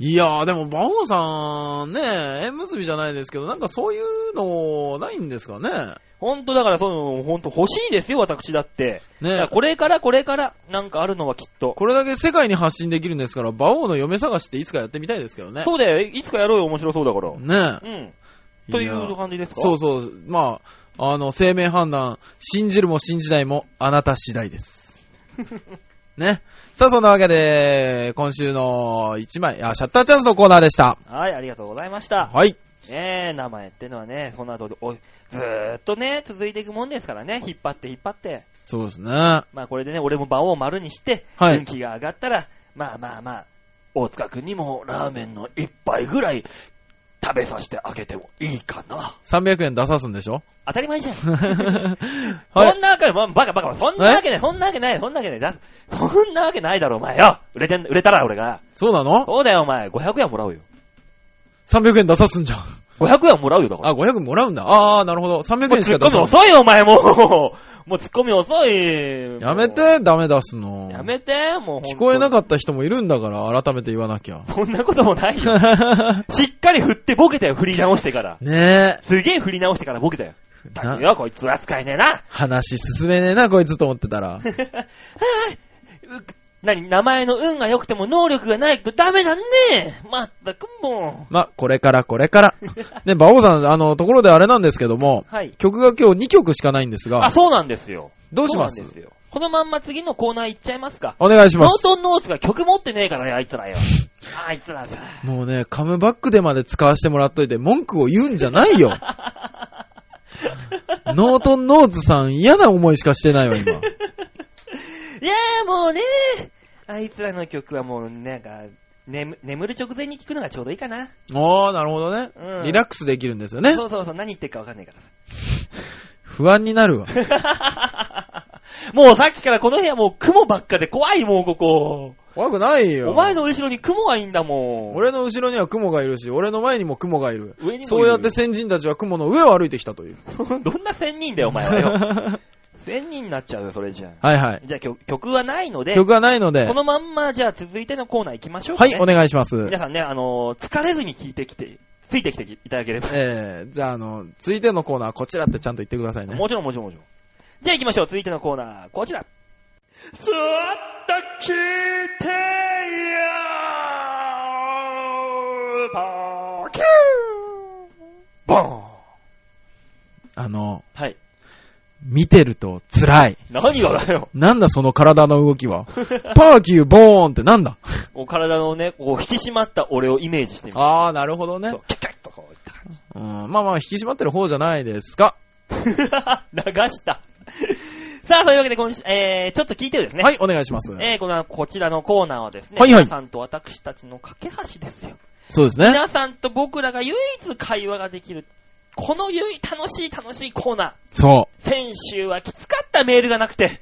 B: いやー、でも馬王さん、ね、縁結びじゃないですけど、なんかそういうの、ないんですかね。
A: ほんとだから、その、ほんと欲しいですよ、私だって。だか
B: ね
A: ら。これからこれから、なんかあるのはきっと。
B: これだけ世界に発信できるんですから、馬王の嫁探しっていつかやってみたいですけどね。
A: そうだよ、いつかやろうよ、面白そうだから。
B: ね。
A: うん。という感じですか
B: そうそう。まあ、あの、生命判断、信じるも信じないも、あなた次第です。 ね。さあ、そんなわけで、今週の1枚、あ、シャッターチャンスのコーナーでした。
A: はい、ありがとうございました。
B: はい。
A: ねえ、名前ってのはね、その後で、おずーっとね、続いていくもんですからね、引っ張って引っ張って。
B: そうですね。は
A: まあこれでね、俺も場を丸にして、
B: はい
A: 運気が上がったら、まあまあまあ、大塚くんにもラーメンの一杯ぐらい食べさせてあげてもいいかな。
B: 300円出さすん でしょ
A: 当たり前じゃん。
B: は
A: そんなわけ、まあ、バカバカ、そんなわけない、そんなわけない、そんなわけない、だそんなわけないだろ、お前よ。売れてん、売れたら俺が。
B: そうなの
A: そうだよ、お前。500円もらうよ。
B: ?300 円出さす んじゃん。
A: 500円もらうよ、だから。
B: あ、500もらうんだ。あー、なるほど。300
A: もう
B: 円し
A: ツ
B: か
A: ッコ
B: 出
A: ミ
B: さ
A: 遅いよ、お前、もう。もうツッコミ遅い。
B: ん。やめ。て、ダメ出すの。
A: やめて、もう。
B: 聞こえな
A: っ
B: かった人もいるんだから、改めて言わ なきゃ。
A: た。そんなこともないよ。 しっかり振ってボケたよ、振り直してから。
B: ねえ。
A: すげえ振り直してからボケたよ。だけよ、こいつは使えねえな。
B: 話進めねえな、こいつと思ってたら。
A: う何名前の運が良くても能力がないとダメだね。まったくも
B: まあ、これからこれから。 ね、馬王さん、あの、ところであれなんですけども、
A: う。はい。
B: 曲が今日2曲しかないんです
A: あ、
B: が、
A: そうなんですよ。
B: どうします
A: そうなんですよ。このまんま次のコーナー行っちゃいますか。
B: お願いし
A: ノ
B: ま
A: ー
B: す。
A: トンノーツが曲持ってねえからね、あいつら よ。あいつらさ。
B: もうね、カムバックでまで使わせてもらっといて、文句を言うんじゃない よ。ノートンノーズさん、嫌な思いしかしてない わ、今。
A: いやーもうねあいつらの曲はもうなんか、眠眠る直前に聴くのがちょうどいいかな。
B: おー、なるほどね
A: う。ん
B: リラックスできるんですよね。
A: そうそうそう、何言ってるかわかんないからさ。
B: 不安になるわ。
A: もうさっきからこの部屋もう雲ばっかで怖いもうここ。
B: 怖くないよ。
A: お前の後ろに雲はいいんだもん。
B: 俺の後ろには雲がいるし、俺の前にも雲がいる。
A: 上にもいる
B: そうやって先人たちは雲の上を歩いてきたという。
A: どんな仙人だよお前はよ。
B: は
A: 仙人になっちゃうよ、それじゃ
B: いはい
A: あ。。じゃあ曲曲はないので、
B: 曲がないので
A: こ、のまんまじゃあ続いてのコーナー行きましょうか、
B: は
A: ね。
B: い、お願いします
A: 皆。さんね、あのー疲れずに聞いてきて、ついてきていただければ。
B: えー、じゃあ、あの、続いてのコーナー、こちらってちゃんと言ってくださいね。
A: もちろんもちろんもちろん。じゃあ行きましょう。続いてのコーナー、こちら。ちょっと聞いてよーキューボーン
B: あの、
A: はい。
B: 見てると辛い。
A: 何がだよ。
B: なんだその体の動 きは。パーキューボーンってなんだ
A: お体のね、こう引き締まった俺をイメージしてみた。
B: あー、なるほどね
A: そう。キャッキャッとこういった感じ。
B: うん、まあまあ、引き締まってる方じゃないですか。
A: 流した。さあ、というわけで今週、えー、ちょっと聞いてるですね。
B: はい、お願いします。
A: えー、この、こちらのコーナーはですね、
B: はいはい
A: 皆さんと私たちの架け橋ですよ。
B: そうですね。
A: 皆さんと僕らが唯一会話ができる、この唯一楽しい楽しいコーナ
B: そう。
A: ー。先週はきつかったメールがなくて、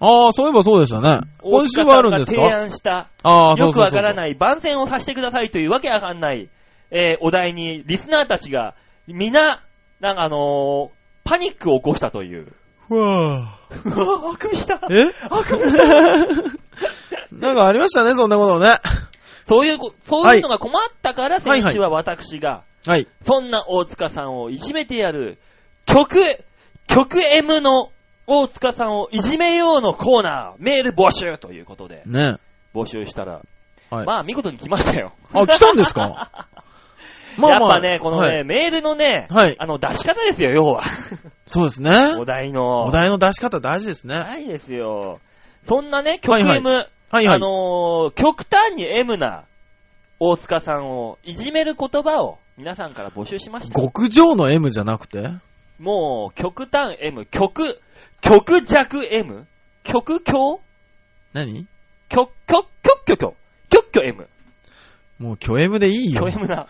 B: あー、そういえばそうでしたね。今週はあるんです
A: 大塚さ
B: か
A: が提案した、
B: あー、そ
A: よく
B: うそうそう
A: わ
B: そう。
A: からない番宣をさせてくださいというわけわかんない、えーお題にリスナーたちが、皆、なんかあのーパニックを起こしたと いう。
B: ふわー
A: うわ あくび した。
B: え
A: あくびした。
B: なんかありましたね、そんなことね。
A: そういうこ、そういうのが困ったから、
B: はい
A: 先週は私が、
B: はい。
A: そんな大塚さんをいじめてやる、曲、曲 M の大塚さんをいじめようのコーナー、メール募集ということで、
B: ね。
A: 募集したら、
B: はい
A: まあ見事に来ましたよ。
B: あ、来たん ですか
A: やっぱね、このね、
B: はい、
A: メールのね、
B: はい
A: あの、出し方ですよ、要 は。
B: そうですね。
A: お題の。
B: お題の出し方大事ですね。
A: ないですよ。そんなね、曲
B: はいはい
A: M、
B: はいはい
A: あのー極端に M な大塚さんをいじめる言葉を皆さんから募集しました。
B: 極上の M じゃなくて
A: もう、極端 M、極、極弱 M、極強
B: 何
A: 極、極、極巨巨、極巨 M、
B: もう巨 M でいいよ
A: 巨。M な。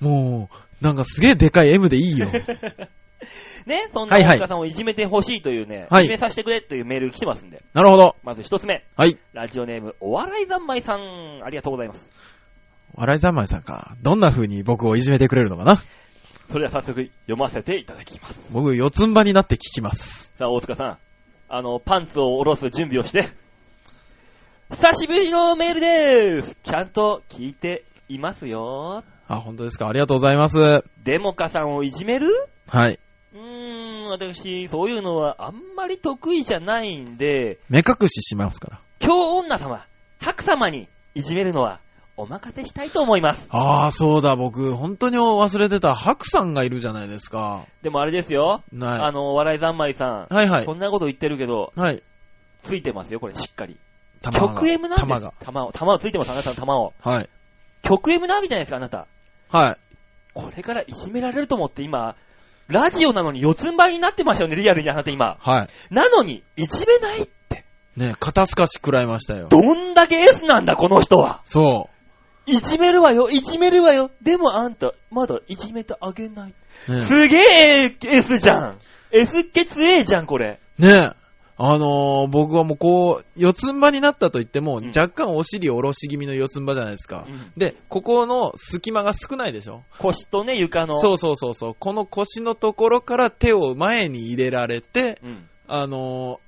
B: もう、なんかすげえでかい M でいいよ。
A: ね、そんな
B: はいはい
A: 大塚さんをいじめてほしいというね、
B: はい
A: いじめさせてくれというメール来てますんで。
B: なるほど。
A: まず一つ目、
B: はい。
A: ラジオネーム、お笑い三昧さん、ありがとうございます。
B: 笑い三昧さんか。どんな風に僕をいじめてくれるのかな
A: それでは早速読ませていただきます。
B: 僕、四つん這いになって聞きます。
A: さあ、大塚さん、あの、パンツを下ろす準備をして。久しぶりのメールでーすちゃんと聞いていますよ。
B: あ、本当ですか。ありがとうございます。
A: デモカさんをいじめる
B: はい。
A: うーん、私、そういうのはあんまり得意じゃないんで、
B: 目隠ししますから。
A: 京女様、白様にいじめるのはお任せしたいと思います。
B: ああ、そうだ、僕、本当に忘れてた、ハクさんがいるじゃないですか。
A: でもあれですよ、あ
B: は
A: の、お笑い三昧さ
B: い。
A: ん、
B: はいはい
A: そ。んなこと言ってるけど、
B: はい。
A: ついてますよ、これ、しっかり。
B: 玉が
A: 極 M なんです
B: 玉が。
A: 玉を、玉をついてます、あなたの玉を。
B: はい。
A: 極 M ナビじゃないですか、あなた。
B: はい。
A: これからいじめられると思って今、ラジオなのに四つん這いになってましたよね、リアルにあなた今。
B: は
A: なのに、いじめないって。
B: い。ね肩透かし食らいましたよ。
A: どんだけ S なんだ、この人は。
B: そ
A: いじめるわよ、いじめるわよ。でもあんた、まだいじめてあげない。
B: う。ね
A: すげえ S じゃん。S ケツ A じゃん、これ。
B: え。ねえ。あのー、僕はもうこう、四つん這いになったと言っても、
A: ん
B: 若干お尻おろし気味の四つん這いじゃないですか。
A: うん
B: で、ここの隙間が少ないでしょ
A: 腰とね、床の。
B: そうそうそうそう。この腰のところから手を前に入れられて、
A: うん。
B: あの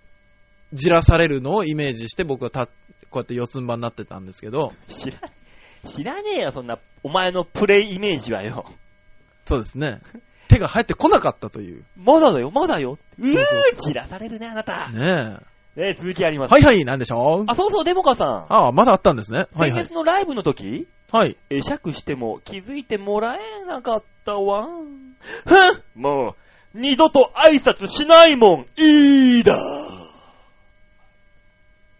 B: ー、じらされるのをイメージして僕はた、こうやって四つん這いになってたんですけど、
A: 知ら、知らねえよ、そんな、お前のプレイイメージはよ。
B: そうです ね。手が入ってこなかったという。
A: まだだよ、まだよ。う
B: そうそう
A: ー、散らされるね、あなた。ね
B: ね
A: え、続きあり
B: え。
A: ます。
B: はいはい、なんでしょう
A: あ、そうそう、デモカさん。
B: ああ、まだあったんですね。はいは
A: 先
B: い。
A: 月のライブの時、
B: はい。
A: 会釈しても気づいてもらえなかったわ。ふんもう、二度と挨拶しないもん、いいだ。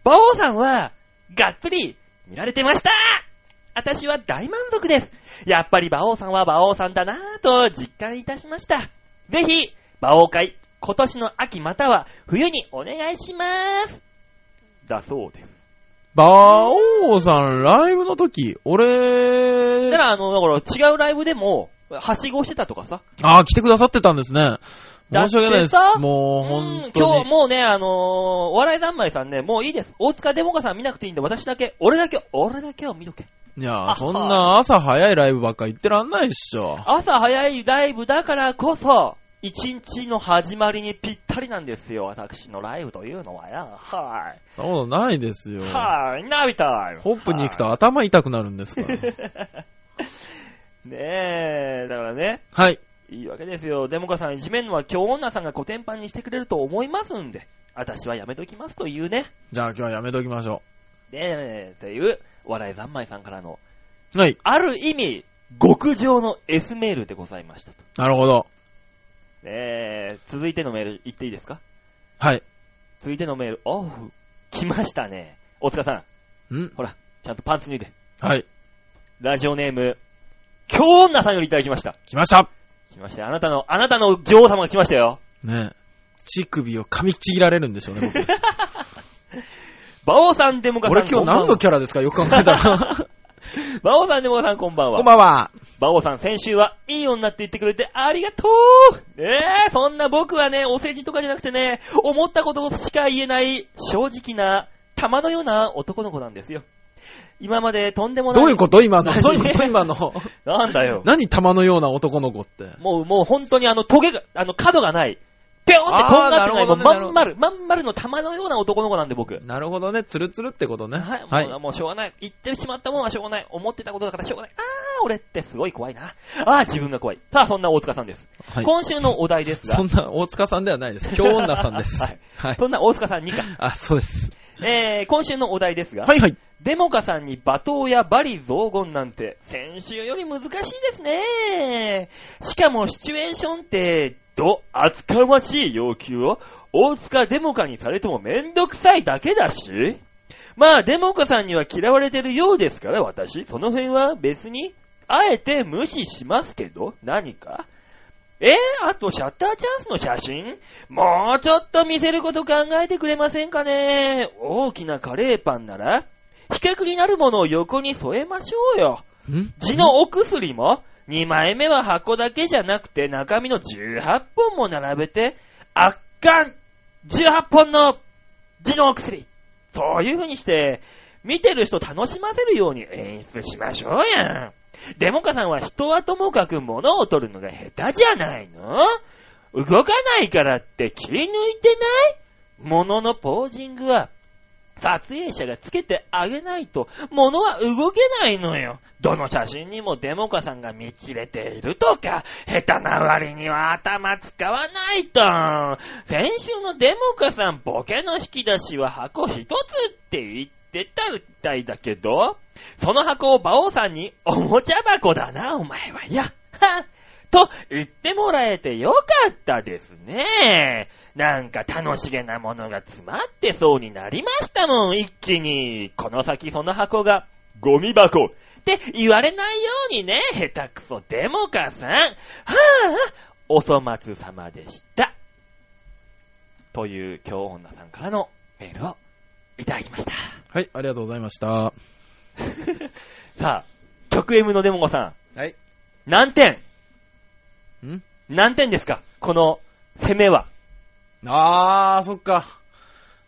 A: 馬王さんは、がっつり、見られてました私は大満足です。やっぱり馬王さんは馬王さんだなぁと実感いたしました。ぜひ、馬王会、今年の秋または冬にお願いします。だそうです。
B: バオさん、ライブの時、俺
A: だか、ら、あの、だから違うライブでも、はしごしてたとかさ。
B: ああ、来てくださってたんですね。申し訳ないです
A: だってさ。
B: もう、
A: うん
B: 本
A: 今
B: 当
A: 日
B: に。
A: もうね、あのーお笑い三昧さんね、もういいです。大塚デモカさん見なくていいんで、私だけ、俺だけ、俺だけを見とけ。
B: いや、そんな朝早いライブばっか行ってらんないっしょ。
A: 朝早いライブだからこそ、一日の始まりにぴったりなんですよ、私のライブというのはや。は
B: そんなことないです
A: い。
B: よ。
A: はい、ナビタイム。
B: ホップに行くと頭痛くなるんですか
A: は
B: ら。
A: い。 ねえ、だからね、
B: はい。
A: いいわけですよ。デモカさんいじめんのは今日女さんがコテンパンにしてくれると思いますんで、私はやめときますというね。
B: じゃあ今日はやめときましょ
A: で、っていう、お笑い三昧さんからの、
B: う。はい。
A: ある意味、極上の S メールでございましたと。
B: なるほど。
A: えー、続いてのメール言っていいですか
B: はい。
A: 続いてのメール、オフ。来ましたね。大塚さん、
B: ん
A: ほら、ちゃんとパンツ脱いで。
B: はい。
A: ラジオネーム、京女さんよりいただきました。
B: 来ました
A: 来ましたよ。あなたの、あなたの女王様が来ましたよ。
B: ねえ。乳首を噛みちぎられるんでしょうね、僕。
A: 馬王さん、デモ カさん、
B: 俺今日何のキャラですかよく考え た
A: ャ
B: ら。
A: 馬王さん、デモカさん、こんばんは。
B: こんばんは。
A: バオさん、先週は、いい女って言ってくれてありがとうねえ、そんな僕はね、お世辞とかじゃなくてね、思ったことしか言えない、正直な、玉のような男の子なんですよ。今までとんでもない。
B: どういうこと今の。
A: 何
B: どういうこと今の。
A: なんだよ。
B: 何玉のような男の子って。
A: もう、もう本当にあの、トゲが、あの、角がない。ぴょんってとんがってない、
B: あーなるほ
A: も
B: ど
A: う
B: ね
A: まん丸、まん丸の玉のような男の子なんで僕。
B: なるほどね。ツルツルってことね。
A: はい、もう,、
B: はい。
A: もうしょうがない。言ってしまったものはしょうがない。思ってたことだからしょうがない。あー、俺ってすごい怖いな。あー、自分が怖い。さあ、そんな大塚さんです。
B: はい
A: 今週のお題ですが
B: そ、んな大塚さんではないです。京女さんです。
A: はい
B: はい。
A: そんな大塚さんにか。
B: あ、そうです。
A: えー、今週のお題ですが、
B: はいはい。
A: デモカさんに罵倒やバリ雑言なんて、先週より難しいですね。しかもシチュエーションって、ど、厚かましい要求を、大塚デモカにされてもめんどくさいだけだし。まあ、デモカさんには嫌われてるようですから、私。その辺は別に、あえて無視しますけど、何かえー、あと、シャッターチャンスの写真もうちょっと見せること考えてくれませんかね大きなカレーパンなら、比較になるものを横に添えましょうよ。
B: ん
A: 字のお薬も、2枚目は箱だけじゃなくて中身の18本も並べて、圧巻 !18 本の字のお薬そういう風にして、見てる人楽しませるように演出しましょうやん。デモカさんは人はともかく物を取るのが下手じゃないの動かないからって切り抜いてない物のポージングは撮影者がつけてあげないと、物は動けないのよ。どの写真にもデモカさんが見切れているとか、下手な割には頭使わないと。先週のデモカさん、ボケの引き出しは箱一つって言ってたみたいだけど、その箱を馬王さんに、おもちゃ箱だな、お前は。いや、はと言ってもらえてよかったですね。なんか楽しげなものが詰まってそうになりましたもん、一気に。この先その箱が、ゴミ箱って言われないようにね、下手くそデモカさん。はぁ、お粗末様でした。という今日女さんからのメールをいただきました。
B: はい、ありがとうございました。
A: さあ、曲 M のデモカさ
B: はい。
A: ん、何点
B: ん
A: 何点ですかこの攻めは。
B: あー、そっか。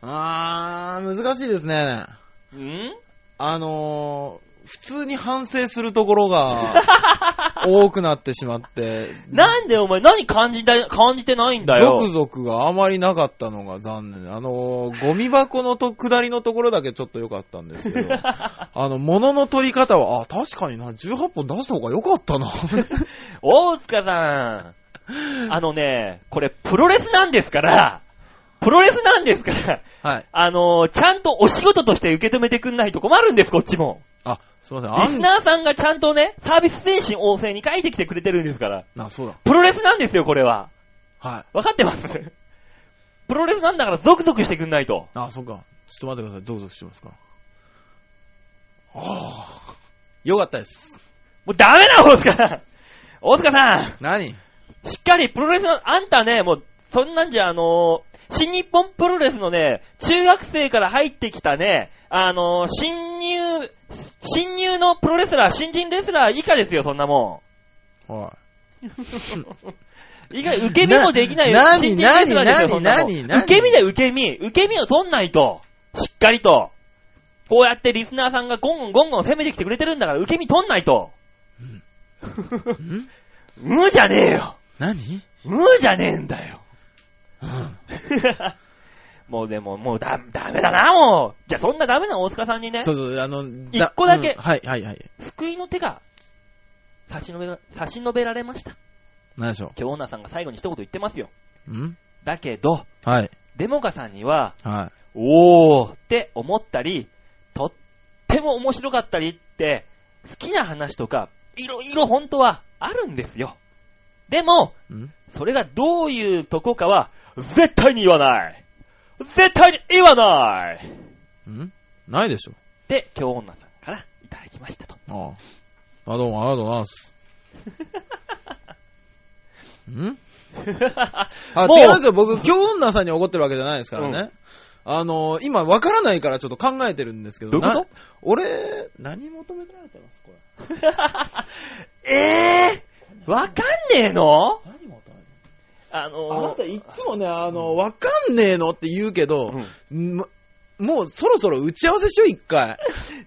B: あー、難しいですね。
A: ん
B: あのー、普通に反省するところ が多くなってしまって、
A: なんでお前何感じた、感じてないんだよ。
B: ゾクゾクがあまりなかったのが残念。あのー、ゴミ箱のと下りのところだけちょっと良かったんですけど、あの、物の取り方は、あ、確かにな、18本出した方が良か ったな。
A: 大塚さん。あのね、これプロレスなんですから、プロレスなんですから、
B: はい。
A: あのーちゃんとお仕事として受け止めてくんないと困るんです、こっちも。
B: あ、すいません。
A: リ
B: あ
A: ス
B: ん
A: ナーさんがちゃんとね、サービス精神旺盛に書いてきてくれてるんですから。
B: あ、そうだ。
A: プロレスなんですよ、これは。
B: はい。
A: わかってますプロレスなんだからゾクゾクしてくんないと。
B: あ、そっか。ちょっと待ってください。ゾクゾクしますから。ああ。よかったです。
A: もうダメだ、大塚さん大塚さん
B: 何
A: しっかりプロレスの、あんたね、もう、そんなんじゃ、あのー新日本プロレスのね、中学生から入ってきたね、あのー新入、新入のプロレスラー、新人レスラー以下ですよ、そんなも
B: は
A: ん。以外、受け身もできない
B: な何
A: 新人レスラーですよ、
B: 何
A: そんなもん。
B: 何何
A: 受け身で受け身、受け身を取んないと、しっかりと。こうやってリスナーさんがゴンゴンゴンゴン攻めてきてくれてるんだから、受け身取んないと。
B: い。ん
A: 無じゃねえよ
B: 何
A: 無じゃねえんだよ
B: うん。
A: もうでも、もうだ、ダメだな、もう。じゃあ、そんなダメな大塚さんにね
B: そ、うそう、あの、
A: 一個だけ
B: うんはい、はい、はい。
A: 救いの手が、差し伸べ、差し伸べられました。
B: 何でしょ
A: 今日女さんが最後に一言言ってますよ。
B: う。ん
A: だけど、
B: はい、
A: デモカさんには、
B: は
A: おーって思ったり、とっても面白かったりって、好きな話とか、いろいろ本当はあるんですよ。でも、
B: い。ん
A: それがどういうとこかは、絶対に言わない絶対に言わない
B: んないでしょ。
A: で、今日女さんからいただきましたと。
B: ああ。あ、どうも、ありがとうございます。ん あ、
A: もう
B: 違いますよ。僕、京女さんに怒ってるわけじゃないですからね。
A: う
B: あのー、今、わからないからちょっと考えてるんですけど、
A: どういうこと
B: な俺、何求められてますこれ。
A: えぇ、わかんねえの
B: 何求めて
A: あの
B: あ
A: ー
B: なたいつもね、あの、わかんねえのって言うけど、
A: うん
B: まもうそろそろ打ち合わせしよう、一回。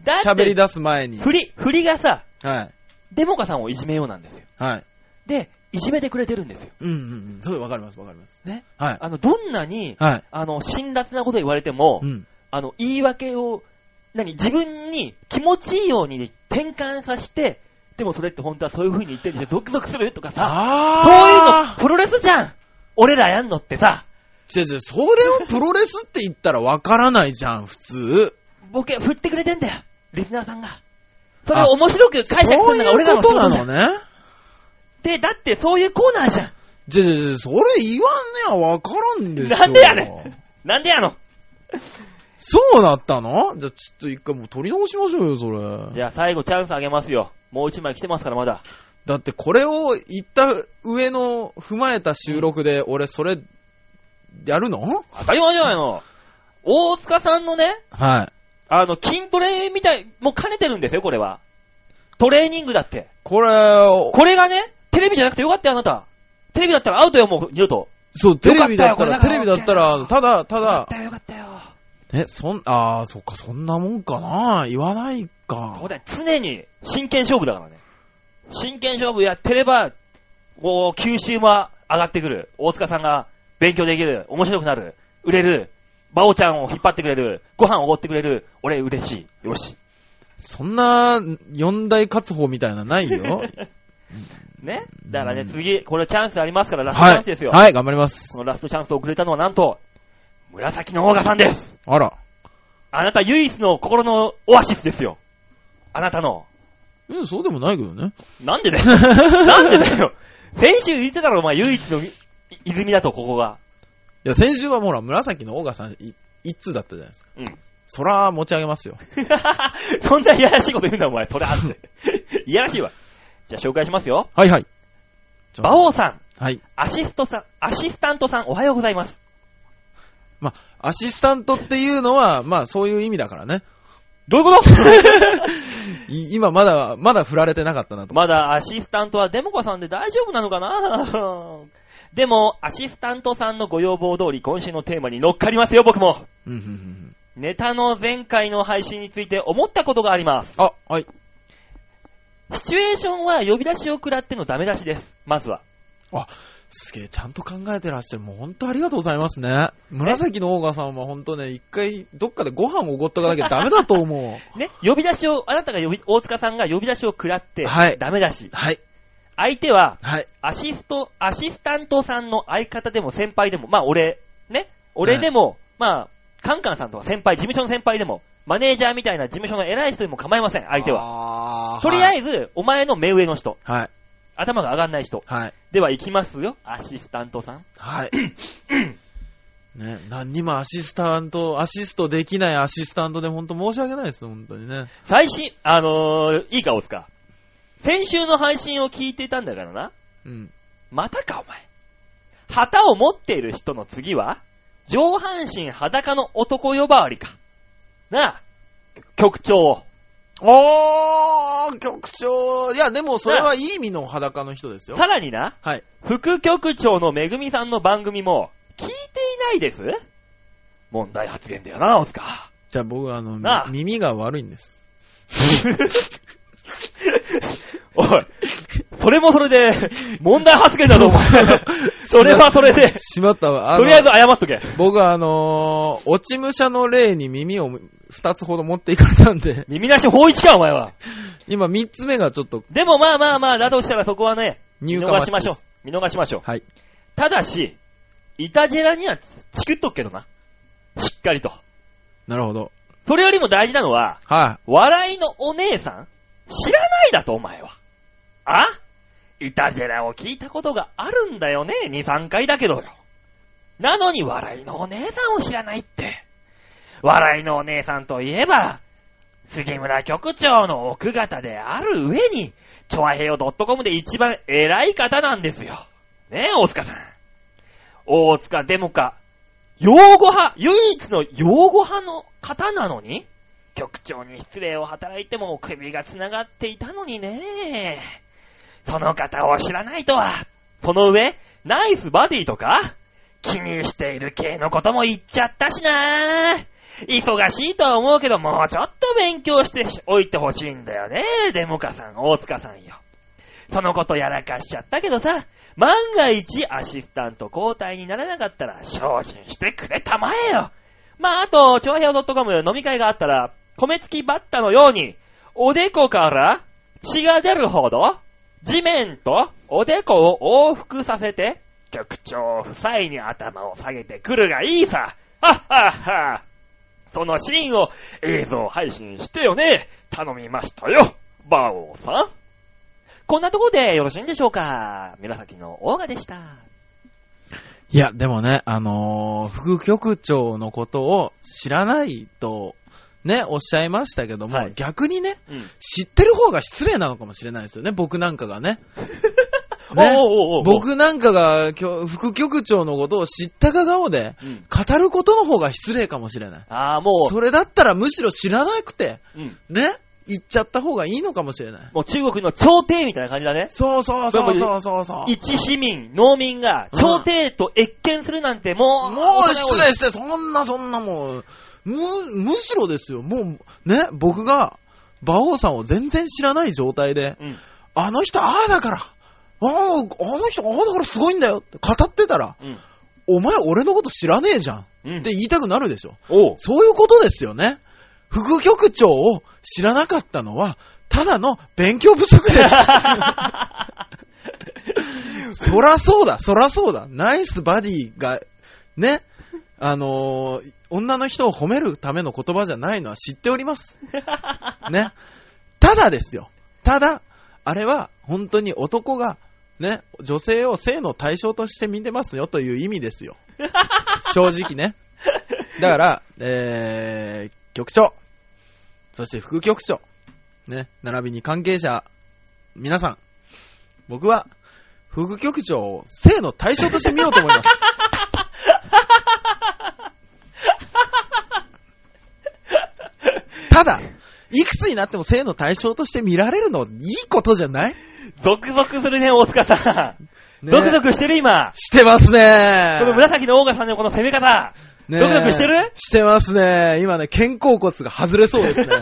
A: だっ
B: 喋り
A: て、
B: 出す前に。
A: 振り、振りがさ、
B: はい。
A: デモカさんをいじめようなんですよ。
B: はい。
A: で、いじめてくれてるんですよ。
B: うんうんうん。そう、わかります、わかります。
A: ね。
B: はい。
A: あの、どんなに、
B: はい。
A: あの、辛辣なこと言われても、
B: うん。
A: あの、言い訳を、何、自分に気持ちいいように転換させて、でもそれって本当はそういう風に言ってるんで、ゾクゾクするとかさ、そういう
B: あ
A: の、プロレスじゃん俺らやんのってさ、
B: 違う違う、それをプロレスって言ったらわからないじゃん、普通。
A: ボケ、振ってくれてんだよ。リスナーさんが。それを面白く解釈するのが俺らの仕
B: そうい
A: 事
B: うこ
A: じ
B: と
A: ゃん。
B: なのね。
A: で、だってそういうコーナーじゃん。
B: じゃじゃじゃ、それ言わんねやわからんでしょ。
A: なんでやねんなんでやの
B: そうだったのじゃあちょっと一回もう取り直しましょうよ、それ。
A: じゃあ最後チャンスあげますよ。もう一枚来てますからまだ。
B: だってこれを言った上の踏まえた収録で、俺それ、やるの
A: 当たり前じゃないの。大塚さんのね、
B: はい。
A: あの、筋トレみたい、もう兼ねてるんですよ、これは。トレーニングだって。
B: これを、
A: これがね、テレビじゃなくてよかったよ、あなた。テレビだったらアウトよ、もう二度と。
B: そう、テレビだった、
A: よからった
B: テ
A: よ
B: レビだったら、ただ、ただ、
A: よ、よかったよ。
B: え、そん、あー、そっか、そんなもんかな言わない
A: そう
B: か。
A: だよ、常に真剣勝負だからね。真剣勝負やってれば、こう、吸収も上がってくる。大塚さんが勉強できる。面白くなる。売れる。バオちゃんを引っ張ってくれる。ご飯をおごってくれる。俺嬉しい。よし。
B: そんな、四大活法みたいなない よ。
A: ね。だからね、次、これチャンスありますから、ラストチ
B: は
A: ャンスです
B: い。
A: よ。
B: はい、頑張ります
A: こ。のラストチャンスをくれたのはなんと、紫のオーガさんです。
B: あら。
A: あなた唯一の心のオアシスですよ。あなたの。
B: うん、そうでもないけどね。
A: なんでだよ。なんでだよ。先週言ってたろ、お前唯一のい泉だと、ここが。
B: いや、先週はほら、紫のオーガさん、い一通だったじゃないですか。
A: うん。
B: そら、持ち上げますよ。
A: そんないやらしいこと言うな、お前。それあって。いやらしいわ。じゃあ紹介しますよ。
B: はいはい。ちょ
A: 馬王さん、
B: はい。
A: アシストさん、アシスタントさん、おはようございます。
B: まあ、アシスタントっていうのは、まあ、そういう意味だからね。
A: どういうこと
B: い今、まだ、まだ振られてなかったなと。
A: まだアシスタントはデモカさんで大丈夫なのかなでも、アシスタントさんのご要望通り、今週のテーマに乗っかりますよ、僕も。
B: うん、うん、うんうん。
A: ネタの前回の配信について思ったことがあります。
B: あ、はい。
A: シチュエーションは呼び出しを食らってのダメ出しです。まずは。
B: すげえ、ちゃんと考えてらっしゃる。もう本当ありがとうございますね。紫のオーガさんは本当ね、一回、どっかでご飯をおごっとかなきゃダメだと 思う。
A: ね、呼び出しを、あなたが呼び、大塚さんが呼び出しを食らって、
B: はい
A: ダメ出し。
B: はい、
A: 相手は、
B: はい。
A: アシスト、アシスタントさんの相方でも先輩でも、まあ俺、ね、俺でも、まあ、カンカンさんとか先輩、事務所の先輩でも、マネージャーみたいな事務所の偉い人でも構いません、相手は。
B: は
A: とりあ
B: ず。
A: えず、お前の目上の人、
B: はい、
A: 頭が上がんない人。
B: はい、
A: では行きますよ、アシスタントさん。
B: はい。 ね、何にもアシスタント、アシストできないアシスタントで本当申し訳ないです、本当にね。
A: 最新、あのー、いいか、大塚。先週の配信を聞いてたんだからな。
B: うん。
A: またか、お前。旗を持っている人の次は、上半身裸の男呼ばわりか。なあ、局長。
B: おー、局長。いや、でもそれはいい意味の裸の人ですよ。
A: さらにな、
B: はい。
A: 副局長のめぐみさんの番組も、聞いていないです問題発言だよな、大塚。
B: じゃあ僕、あの、み
A: なあ
B: 耳が悪いんです。
A: おい、それもそれで、問題発言だぞ、お前。それはそれで、
B: しまったわ。の
A: とりあえず謝っとけ。
B: 僕はあのー、落ち武者の例に耳を二つほど持っていかれたんで、
A: 耳なし法一か、お前は。
B: 今三つ目がちょっと
A: でもまあまあまあ、だとしたらそこはね、見
B: 入荷
A: 逃
B: 待
A: し
B: ち
A: ま
B: で
A: し
B: す
A: ょう。。見逃しましょう。
B: はい。
A: ただし、イタジェラにはチクっとくけどな。しっかりと。
B: なるほど。
A: それよりも大事なのは、
B: は
A: 笑いのお姉さん知らないだと、お前は。あイタジェラを聞いたことがあるんだよね、2、3回だけどよ。なのに笑いのお姉さんを知らないって。笑いのお姉さんといえば、杉村局長の奥方である上に、チョアヘヨ .com で一番偉い方なんですよ。ねえ、大塚さん。大塚デモカ、用語派、唯一の用語派の方なのに局長に失礼を働いても首が繋がっていたのにね。その方を知らないとは。その上、ナイスバディとか気にしている系のことも言っちゃったしな。忙しいとは思うけど、もうちょっと勉強しておいてほしいんだよね。デモカさん、大塚さんよ。そのことやらかしちゃったけどさ、万が一アシスタント交代にならなかったら精進してくれたまえよ。まあ、あと、超平洋 .com で飲み会があったら、米付きバッタのように、おでこから血が出るほど、地面とおでこを往復させて、局長夫妻に頭を下げてくるがいいさはっはっはそのシーンを映像配信してよね頼みましたよバオさんこんなところでよろしいんでしょうか紫のオーガでした。
B: いや、でもね、あのー副局長のことを知らないと、ね、おっしゃいましたけども、
A: はい
B: 逆にね、
A: うん。
B: 知ってる方が失礼なのかもしれないですよね、僕なんかがね。
A: おうおう
B: ね
A: おうおう、
B: 僕なんかがきょ副局長のことを知ったか顔で、
A: うん。
B: 語ることの方が失礼かもしれない。
A: ああ、も
B: それだったらむしろ知らなくて、
A: う、うん。
B: ね、言っちゃった方がいいのかもしれない。
A: もう中国の朝廷みたいな感じだね。
B: そうそうそうそうそうそう。
A: 一市民、農民が、朝廷と越見するなんてもう、
B: もう失礼
A: し
B: して、そんなそんなもう、む、むしろですよ。もう、ね、僕が、馬王さんを全然知らない状態で、
A: うん。
B: あの人、ああだから、ああ、あの人、ああだからすごいんだよって語ってたら、
A: うん。
B: お前俺のこと知らねえじゃんっ
A: うん。
B: て言いたくなるでしょ。
A: おう。
B: そういうことですよね。副局長を知らなかったのは、ただの勉強不足です。そらそうだ、そらそうだ。ナイスバディが、ね、あのー女の人を褒めるための言葉じゃないのは知っております。ね。ただですよ。ただ、あれは本当に男が、ね、女性を性の対象として見てますよという意味ですよ。正直ね。だから、えー、局長、そして副局長、ね、並びに関係者、皆さん、僕は、副局長を性の対象として見ようと思います。 ただ、いくつになっても性の対象として見られるの、いいことじゃない、
A: ゾクゾクするね、大塚さん。
B: ね
A: ゾクゾクしてる今。
B: してますね
A: この紫のオーガさんのこの攻め方。
B: ね
A: ドキドキしてる
B: してますね。今ね、肩甲骨が外れそうですね。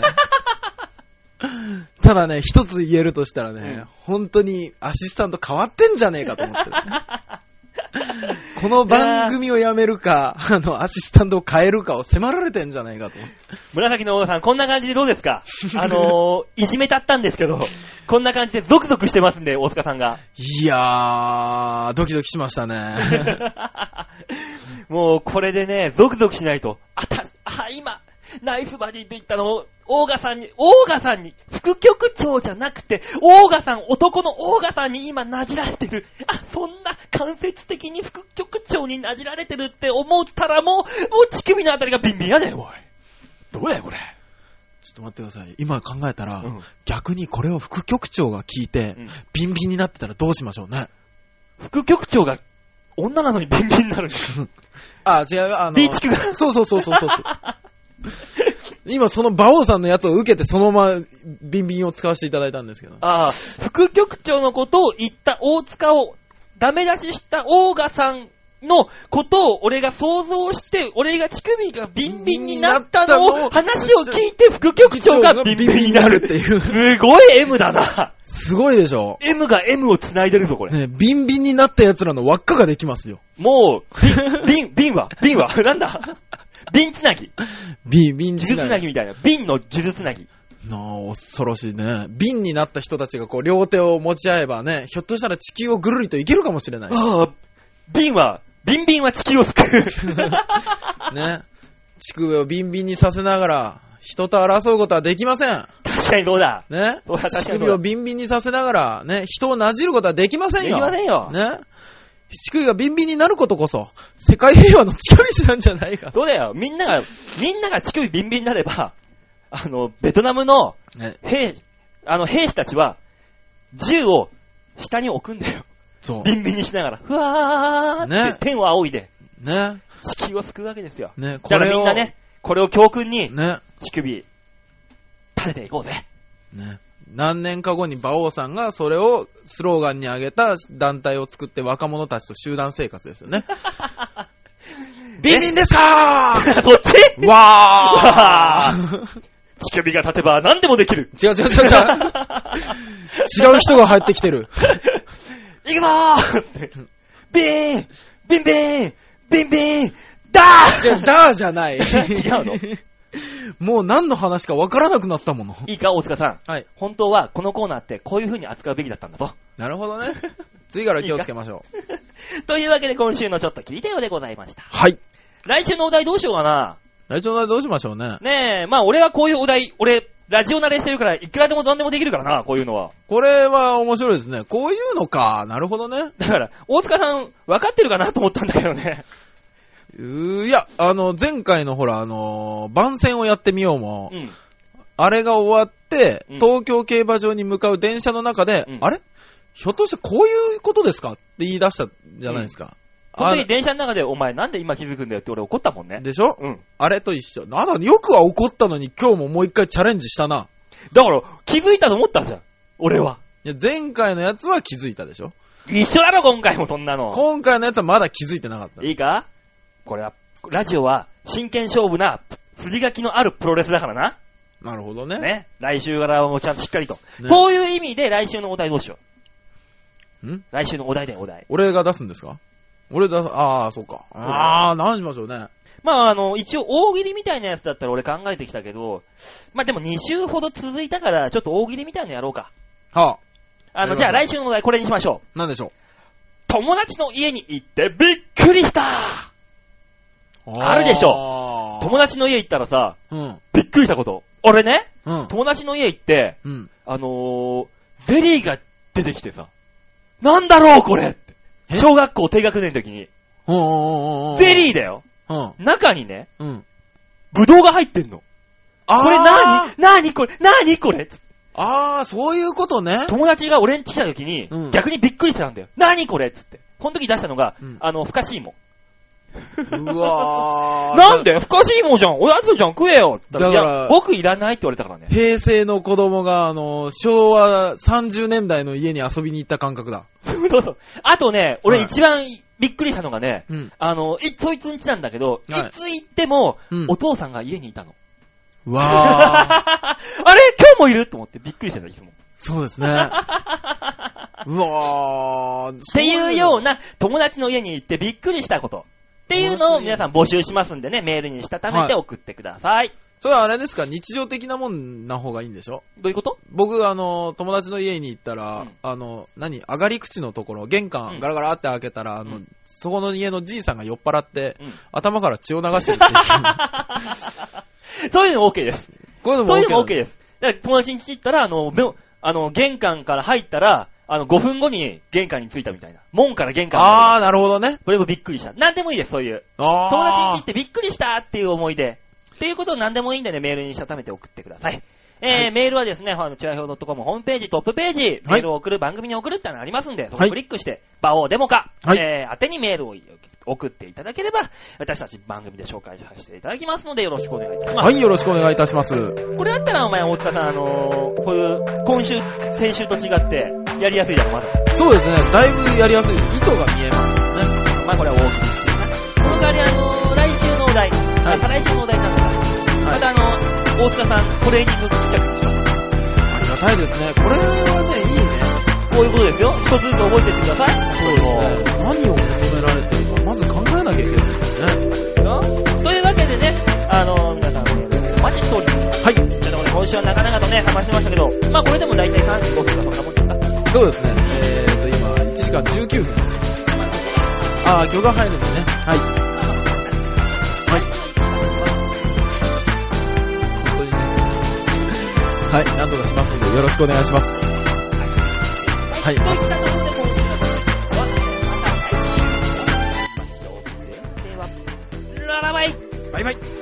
B: ただね、一つ言えるとしたらね、
A: うん
B: 本当にアシスタント変わってんじゃねえかと思ってる。この番組をやめるか、あの、アシスタントを変えるかを迫られてんじゃないかと思って。
A: 紫のオーガさん、こんな感じでどうですかあのー、いじめたったんですけど、こんな感じでゾクゾクしてますんで、大塚さんが。
B: いやー、ドキドキしましたね。
A: もう、これでね、ゾクゾクしないと。あた、あ、今、ナイスバディって言ったのを、オーガさんに、オーガさんに、副局長じゃなくて、オーガさん、男のオーガさんに今なじられてる。あ、そんな間接的に副局長になじられてるって思ったらもう、もう乳首のあたりがビンビンやで、おい。どうや、これ。
B: ちょっと待ってください。今考えたら、
A: うん
B: 逆にこれを副局長が聞いて、
A: うん
B: ビンビンになってたらどうしましょうね。
A: 副局長が、女なのにビンビンになる。
B: あ、違う、あの、
A: ビーチクが
B: そうそうそうそうそうそう。今その馬王さんのやつを受けてそのままビンビンを使わせていただいたんですけど。
A: ああ、副局長のことを言った大塚を、ダメ出ししたオーガさんのことを俺が想像して、俺が乳首がビンビンになったのを、話を聞いて副局長がビンビンになるっていう。すごい M だな。
B: すごいでしょ
A: M が M を繋いでるぞ、これ。
B: ね、ビンビンになった奴らの輪っかができますよ。
A: もう、ビン、ビン、ビンは、 ビンは、なんだビンつなぎ。
B: ビン、ビン
A: 呪術つなぎみたいな。ビンの呪術つなぎ。
B: なあ、恐ろしいね。ビンになった人たちがこう両手を持ち合えばね、ひょっとしたら地球をぐるりといけるかもしれない。
A: ああ、ビンは、ビンビンは地球を 救う。
B: ね。地球をビンビンにさせながら、人と争うことはできません。
A: 確かにどうだ。
B: ね
A: そうだ確かにそうだ
B: 乳首をビンビンにさせながら、ね、人をなじることはできませんよ。
A: できませんよ
B: ね乳首がビンビンになることこそ、世界平和の近道なんじゃないか。
A: そうだよ。みんなが、みんなが乳首ビンビンになれば、あの、ベトナムの
B: ね、
A: 兵、あの、兵士たちは、銃を下に置くんだよ。
B: そ
A: ビンビンにしながら、ふわーっ
B: ね
A: て天を仰いで、
B: う。ね、
A: 地球を救うわけですよ。
B: ね、こ
A: だか
B: れ
A: ら
B: を、
A: みんなね、これを教訓に、
B: ね、
A: 乳首、垂れていこうぜ。
B: ね、何年か後に馬王さんがそれをスローガンに挙げた団体を作って若者たちと集団生活です よね。ビンビンでさー
A: そっち
B: わ
A: わ
B: ー
A: 乳首が立てば何でもできる。
B: 違う違う違う違う。 違う人が入ってきてる。
A: 行くぞー って。ビーンビンビンビンビンダー
B: じゃ、ダーじゃない。
A: 違うの
B: もう何の話かわからなくなったもの。
A: いいか、大塚さん。
B: はい。
A: 本当はこのコーナーってこういう風に扱うべきだったんだぞ。
B: なるほどね。次から気をつけましょう。
A: というわけで今週のちょっと聞いてよでございました。
B: はい。
A: 来週のお題どうしようかな。
B: 来週の話どうしましょうね。
A: ねえ、まあ俺はこういうお題、俺、ラジオ慣れしてるから、いくらでも何でもできるからな、こういうのは。
B: これは面白いですね。こういうのか。なるほどね。
A: だから、大塚さん、分かってるかなと思ったんだけどね。
B: うーいや、あの、前回のほら、あのー番宣をやってみようも、
A: うん。
B: あれが終わって、
A: うん
B: 東京競馬場に向かう電車の中で、
A: うん
B: あれひょっとしてこういうことですかって言い出したじゃないですか。
A: その
B: あ
A: 時電車の中で、お前なんで今気づくんだよって俺怒ったもんね。
B: でしょ
A: うん。
B: あれと一緒。なんだ、よくは怒ったのに今日ももう一回チャレンジしたな。
A: だから、気づいたと思ったじゃん。俺は。
B: いや、前回のやつは気づいたでしょ
A: 一緒だろ、今回もそんなの。
B: 今回のやつはまだ気づいてなかった。
A: いいかこれは、ラジオは真剣勝負な、筋書きのあるプロレスだからな。
B: なるほどね。
A: ね。来週からはもうちゃんとしっかりと。
B: ね
A: そういう意味で来週のお題どうしよう。
B: ん
A: 来週のお題だよ、お題。
B: 俺が出すんですか俺出す、ああ、そうか。ああ、何しましょうね。
A: まあ、あの、一応大喜利みたいなやつだったら俺考えてきたけど、まあでも2週ほど続いたから、ちょっと大喜利みたいなのやろうか。
B: は
A: あ
B: あ、や
A: の、
B: りましょう
A: じゃあ来週のお題これにしましょう。
B: 何でしょ
A: 友達の家に行ってびっくりした
B: う
A: あるでしょ
B: ょ
A: 友達の家行ったらさ、
B: うん、
A: びっくりしたこと。俺ね、
B: うん、
A: 友達の家行って、
B: うん。
A: あのー、ゼリーが出てきてさ、なんだろうこれって
B: え
A: 小学校低学年の時に、
B: うんうんうんうんうん。
A: ゼリーだよ
B: うん、
A: 中にね、
B: うん。
A: ブドウが入ってんの。
B: あー
A: これなになにこれなにこれつって
B: ああ、そういうことね。
A: 友達が俺に来た時に、
B: うん
A: 逆にびっくりしてたんだよ。なにこれつって。この時出したのが、
B: うん
A: あの、ふかしいも。
B: うわ ー。
A: なんでふかしいもじゃんおやつじゃん食えよだ
B: だから
A: いや、僕いらないって言われたからね。
B: 平成の子供が、あの、昭和30年代の家に遊びに行った感覚だ。
A: そうそうあとね、俺一番びっくりしたのがね、
B: うん。
A: あの、いそいつんちなんだけど、
B: はい
A: いつ行っても、
B: うん
A: お父さんが家にいたの。
B: わー。
A: あれ今日もいると思ってびっくりしてた、いつも。っ
B: そうですね。う わー。って
A: いうような友達の家に行ってびっくりしたこと。っていうのを皆さん募集しますんでね、メールにしたためて送ってください。
B: それはあれですか日常的なもんな方がいいんでしょ
A: どういうこと
B: 僕、あの、友達の家に行ったら、
A: うん
B: あの、何上がり口のところ、玄
A: うん
B: 関ガラガラって開けたら、あの、
A: うん
B: そこの家のじいさんが酔っ払って、
A: うん
B: 頭から血を流してる っていう。
A: そういうのも OK です。
B: こういうのも
A: そういう
B: OK
A: の
B: な
A: も
B: ん
A: OK
B: だ
A: です。だから友達に行ったら、あの、べあの、玄関から入ったら、あの、5分後に玄関に着いたみたいな。門から玄関
B: あ
A: ま
B: ー、
A: で。
B: なるほどね。
A: これもびっくりした。なんでもいいです、そういう。
B: あー。
A: 友達ん家行ってびっくりしたっていう思い出。っていうことを何でもいいんでね、メールにしたためて送ってください。えーメールはですね、あの、チュアヒョウ .com ホームページ、トップページ、メールを送る、番組に送るってのがありますんで、そこ
B: はい
A: クリックして、場をデモか、
B: はい
A: えー、宛てにメールを送っていただければ、私たち番組で紹介させていただきますので、よろしくお願いいたします。
B: はい、よろしくお願いいたします。
A: これだったら、お前、大塚さん、あのー、こういう、今週、先週と違って、やりやすいだろ、まだ。
B: そうですね、だいぶやりやすい。糸が見えますもんね。
A: まあ、これは大きいですな。その代わり、あのー、来週のお題、
B: は
A: あ
B: い
A: 再来週のお題なんだから、
B: は
A: ま
B: い、
A: たあの、大塚さん、トレーニング企画にします。
B: ありがたいですね。これはね、いいね。
A: こういうことですよ。一つずつ覚えてってください。
B: そうですね。何を求められてるか、まず考えなきゃいけないですね。
A: うんというわけでね、あの、皆さん、お待ちしております。
B: はい、
A: ということで、今週はなかなかとね、話しましたけど、まあこれでも大体35分かそんなもんですか。
B: そうですね。えーと、今、1時間19分。あー、魚が入るんでね。はい。本当にね。はい、なんとかしますんで、よろしくお願いします。
A: は。
B: はいい
A: といったところで今週は終わって、また来週お会いしましょう。では、ララバイ
B: バイバイ。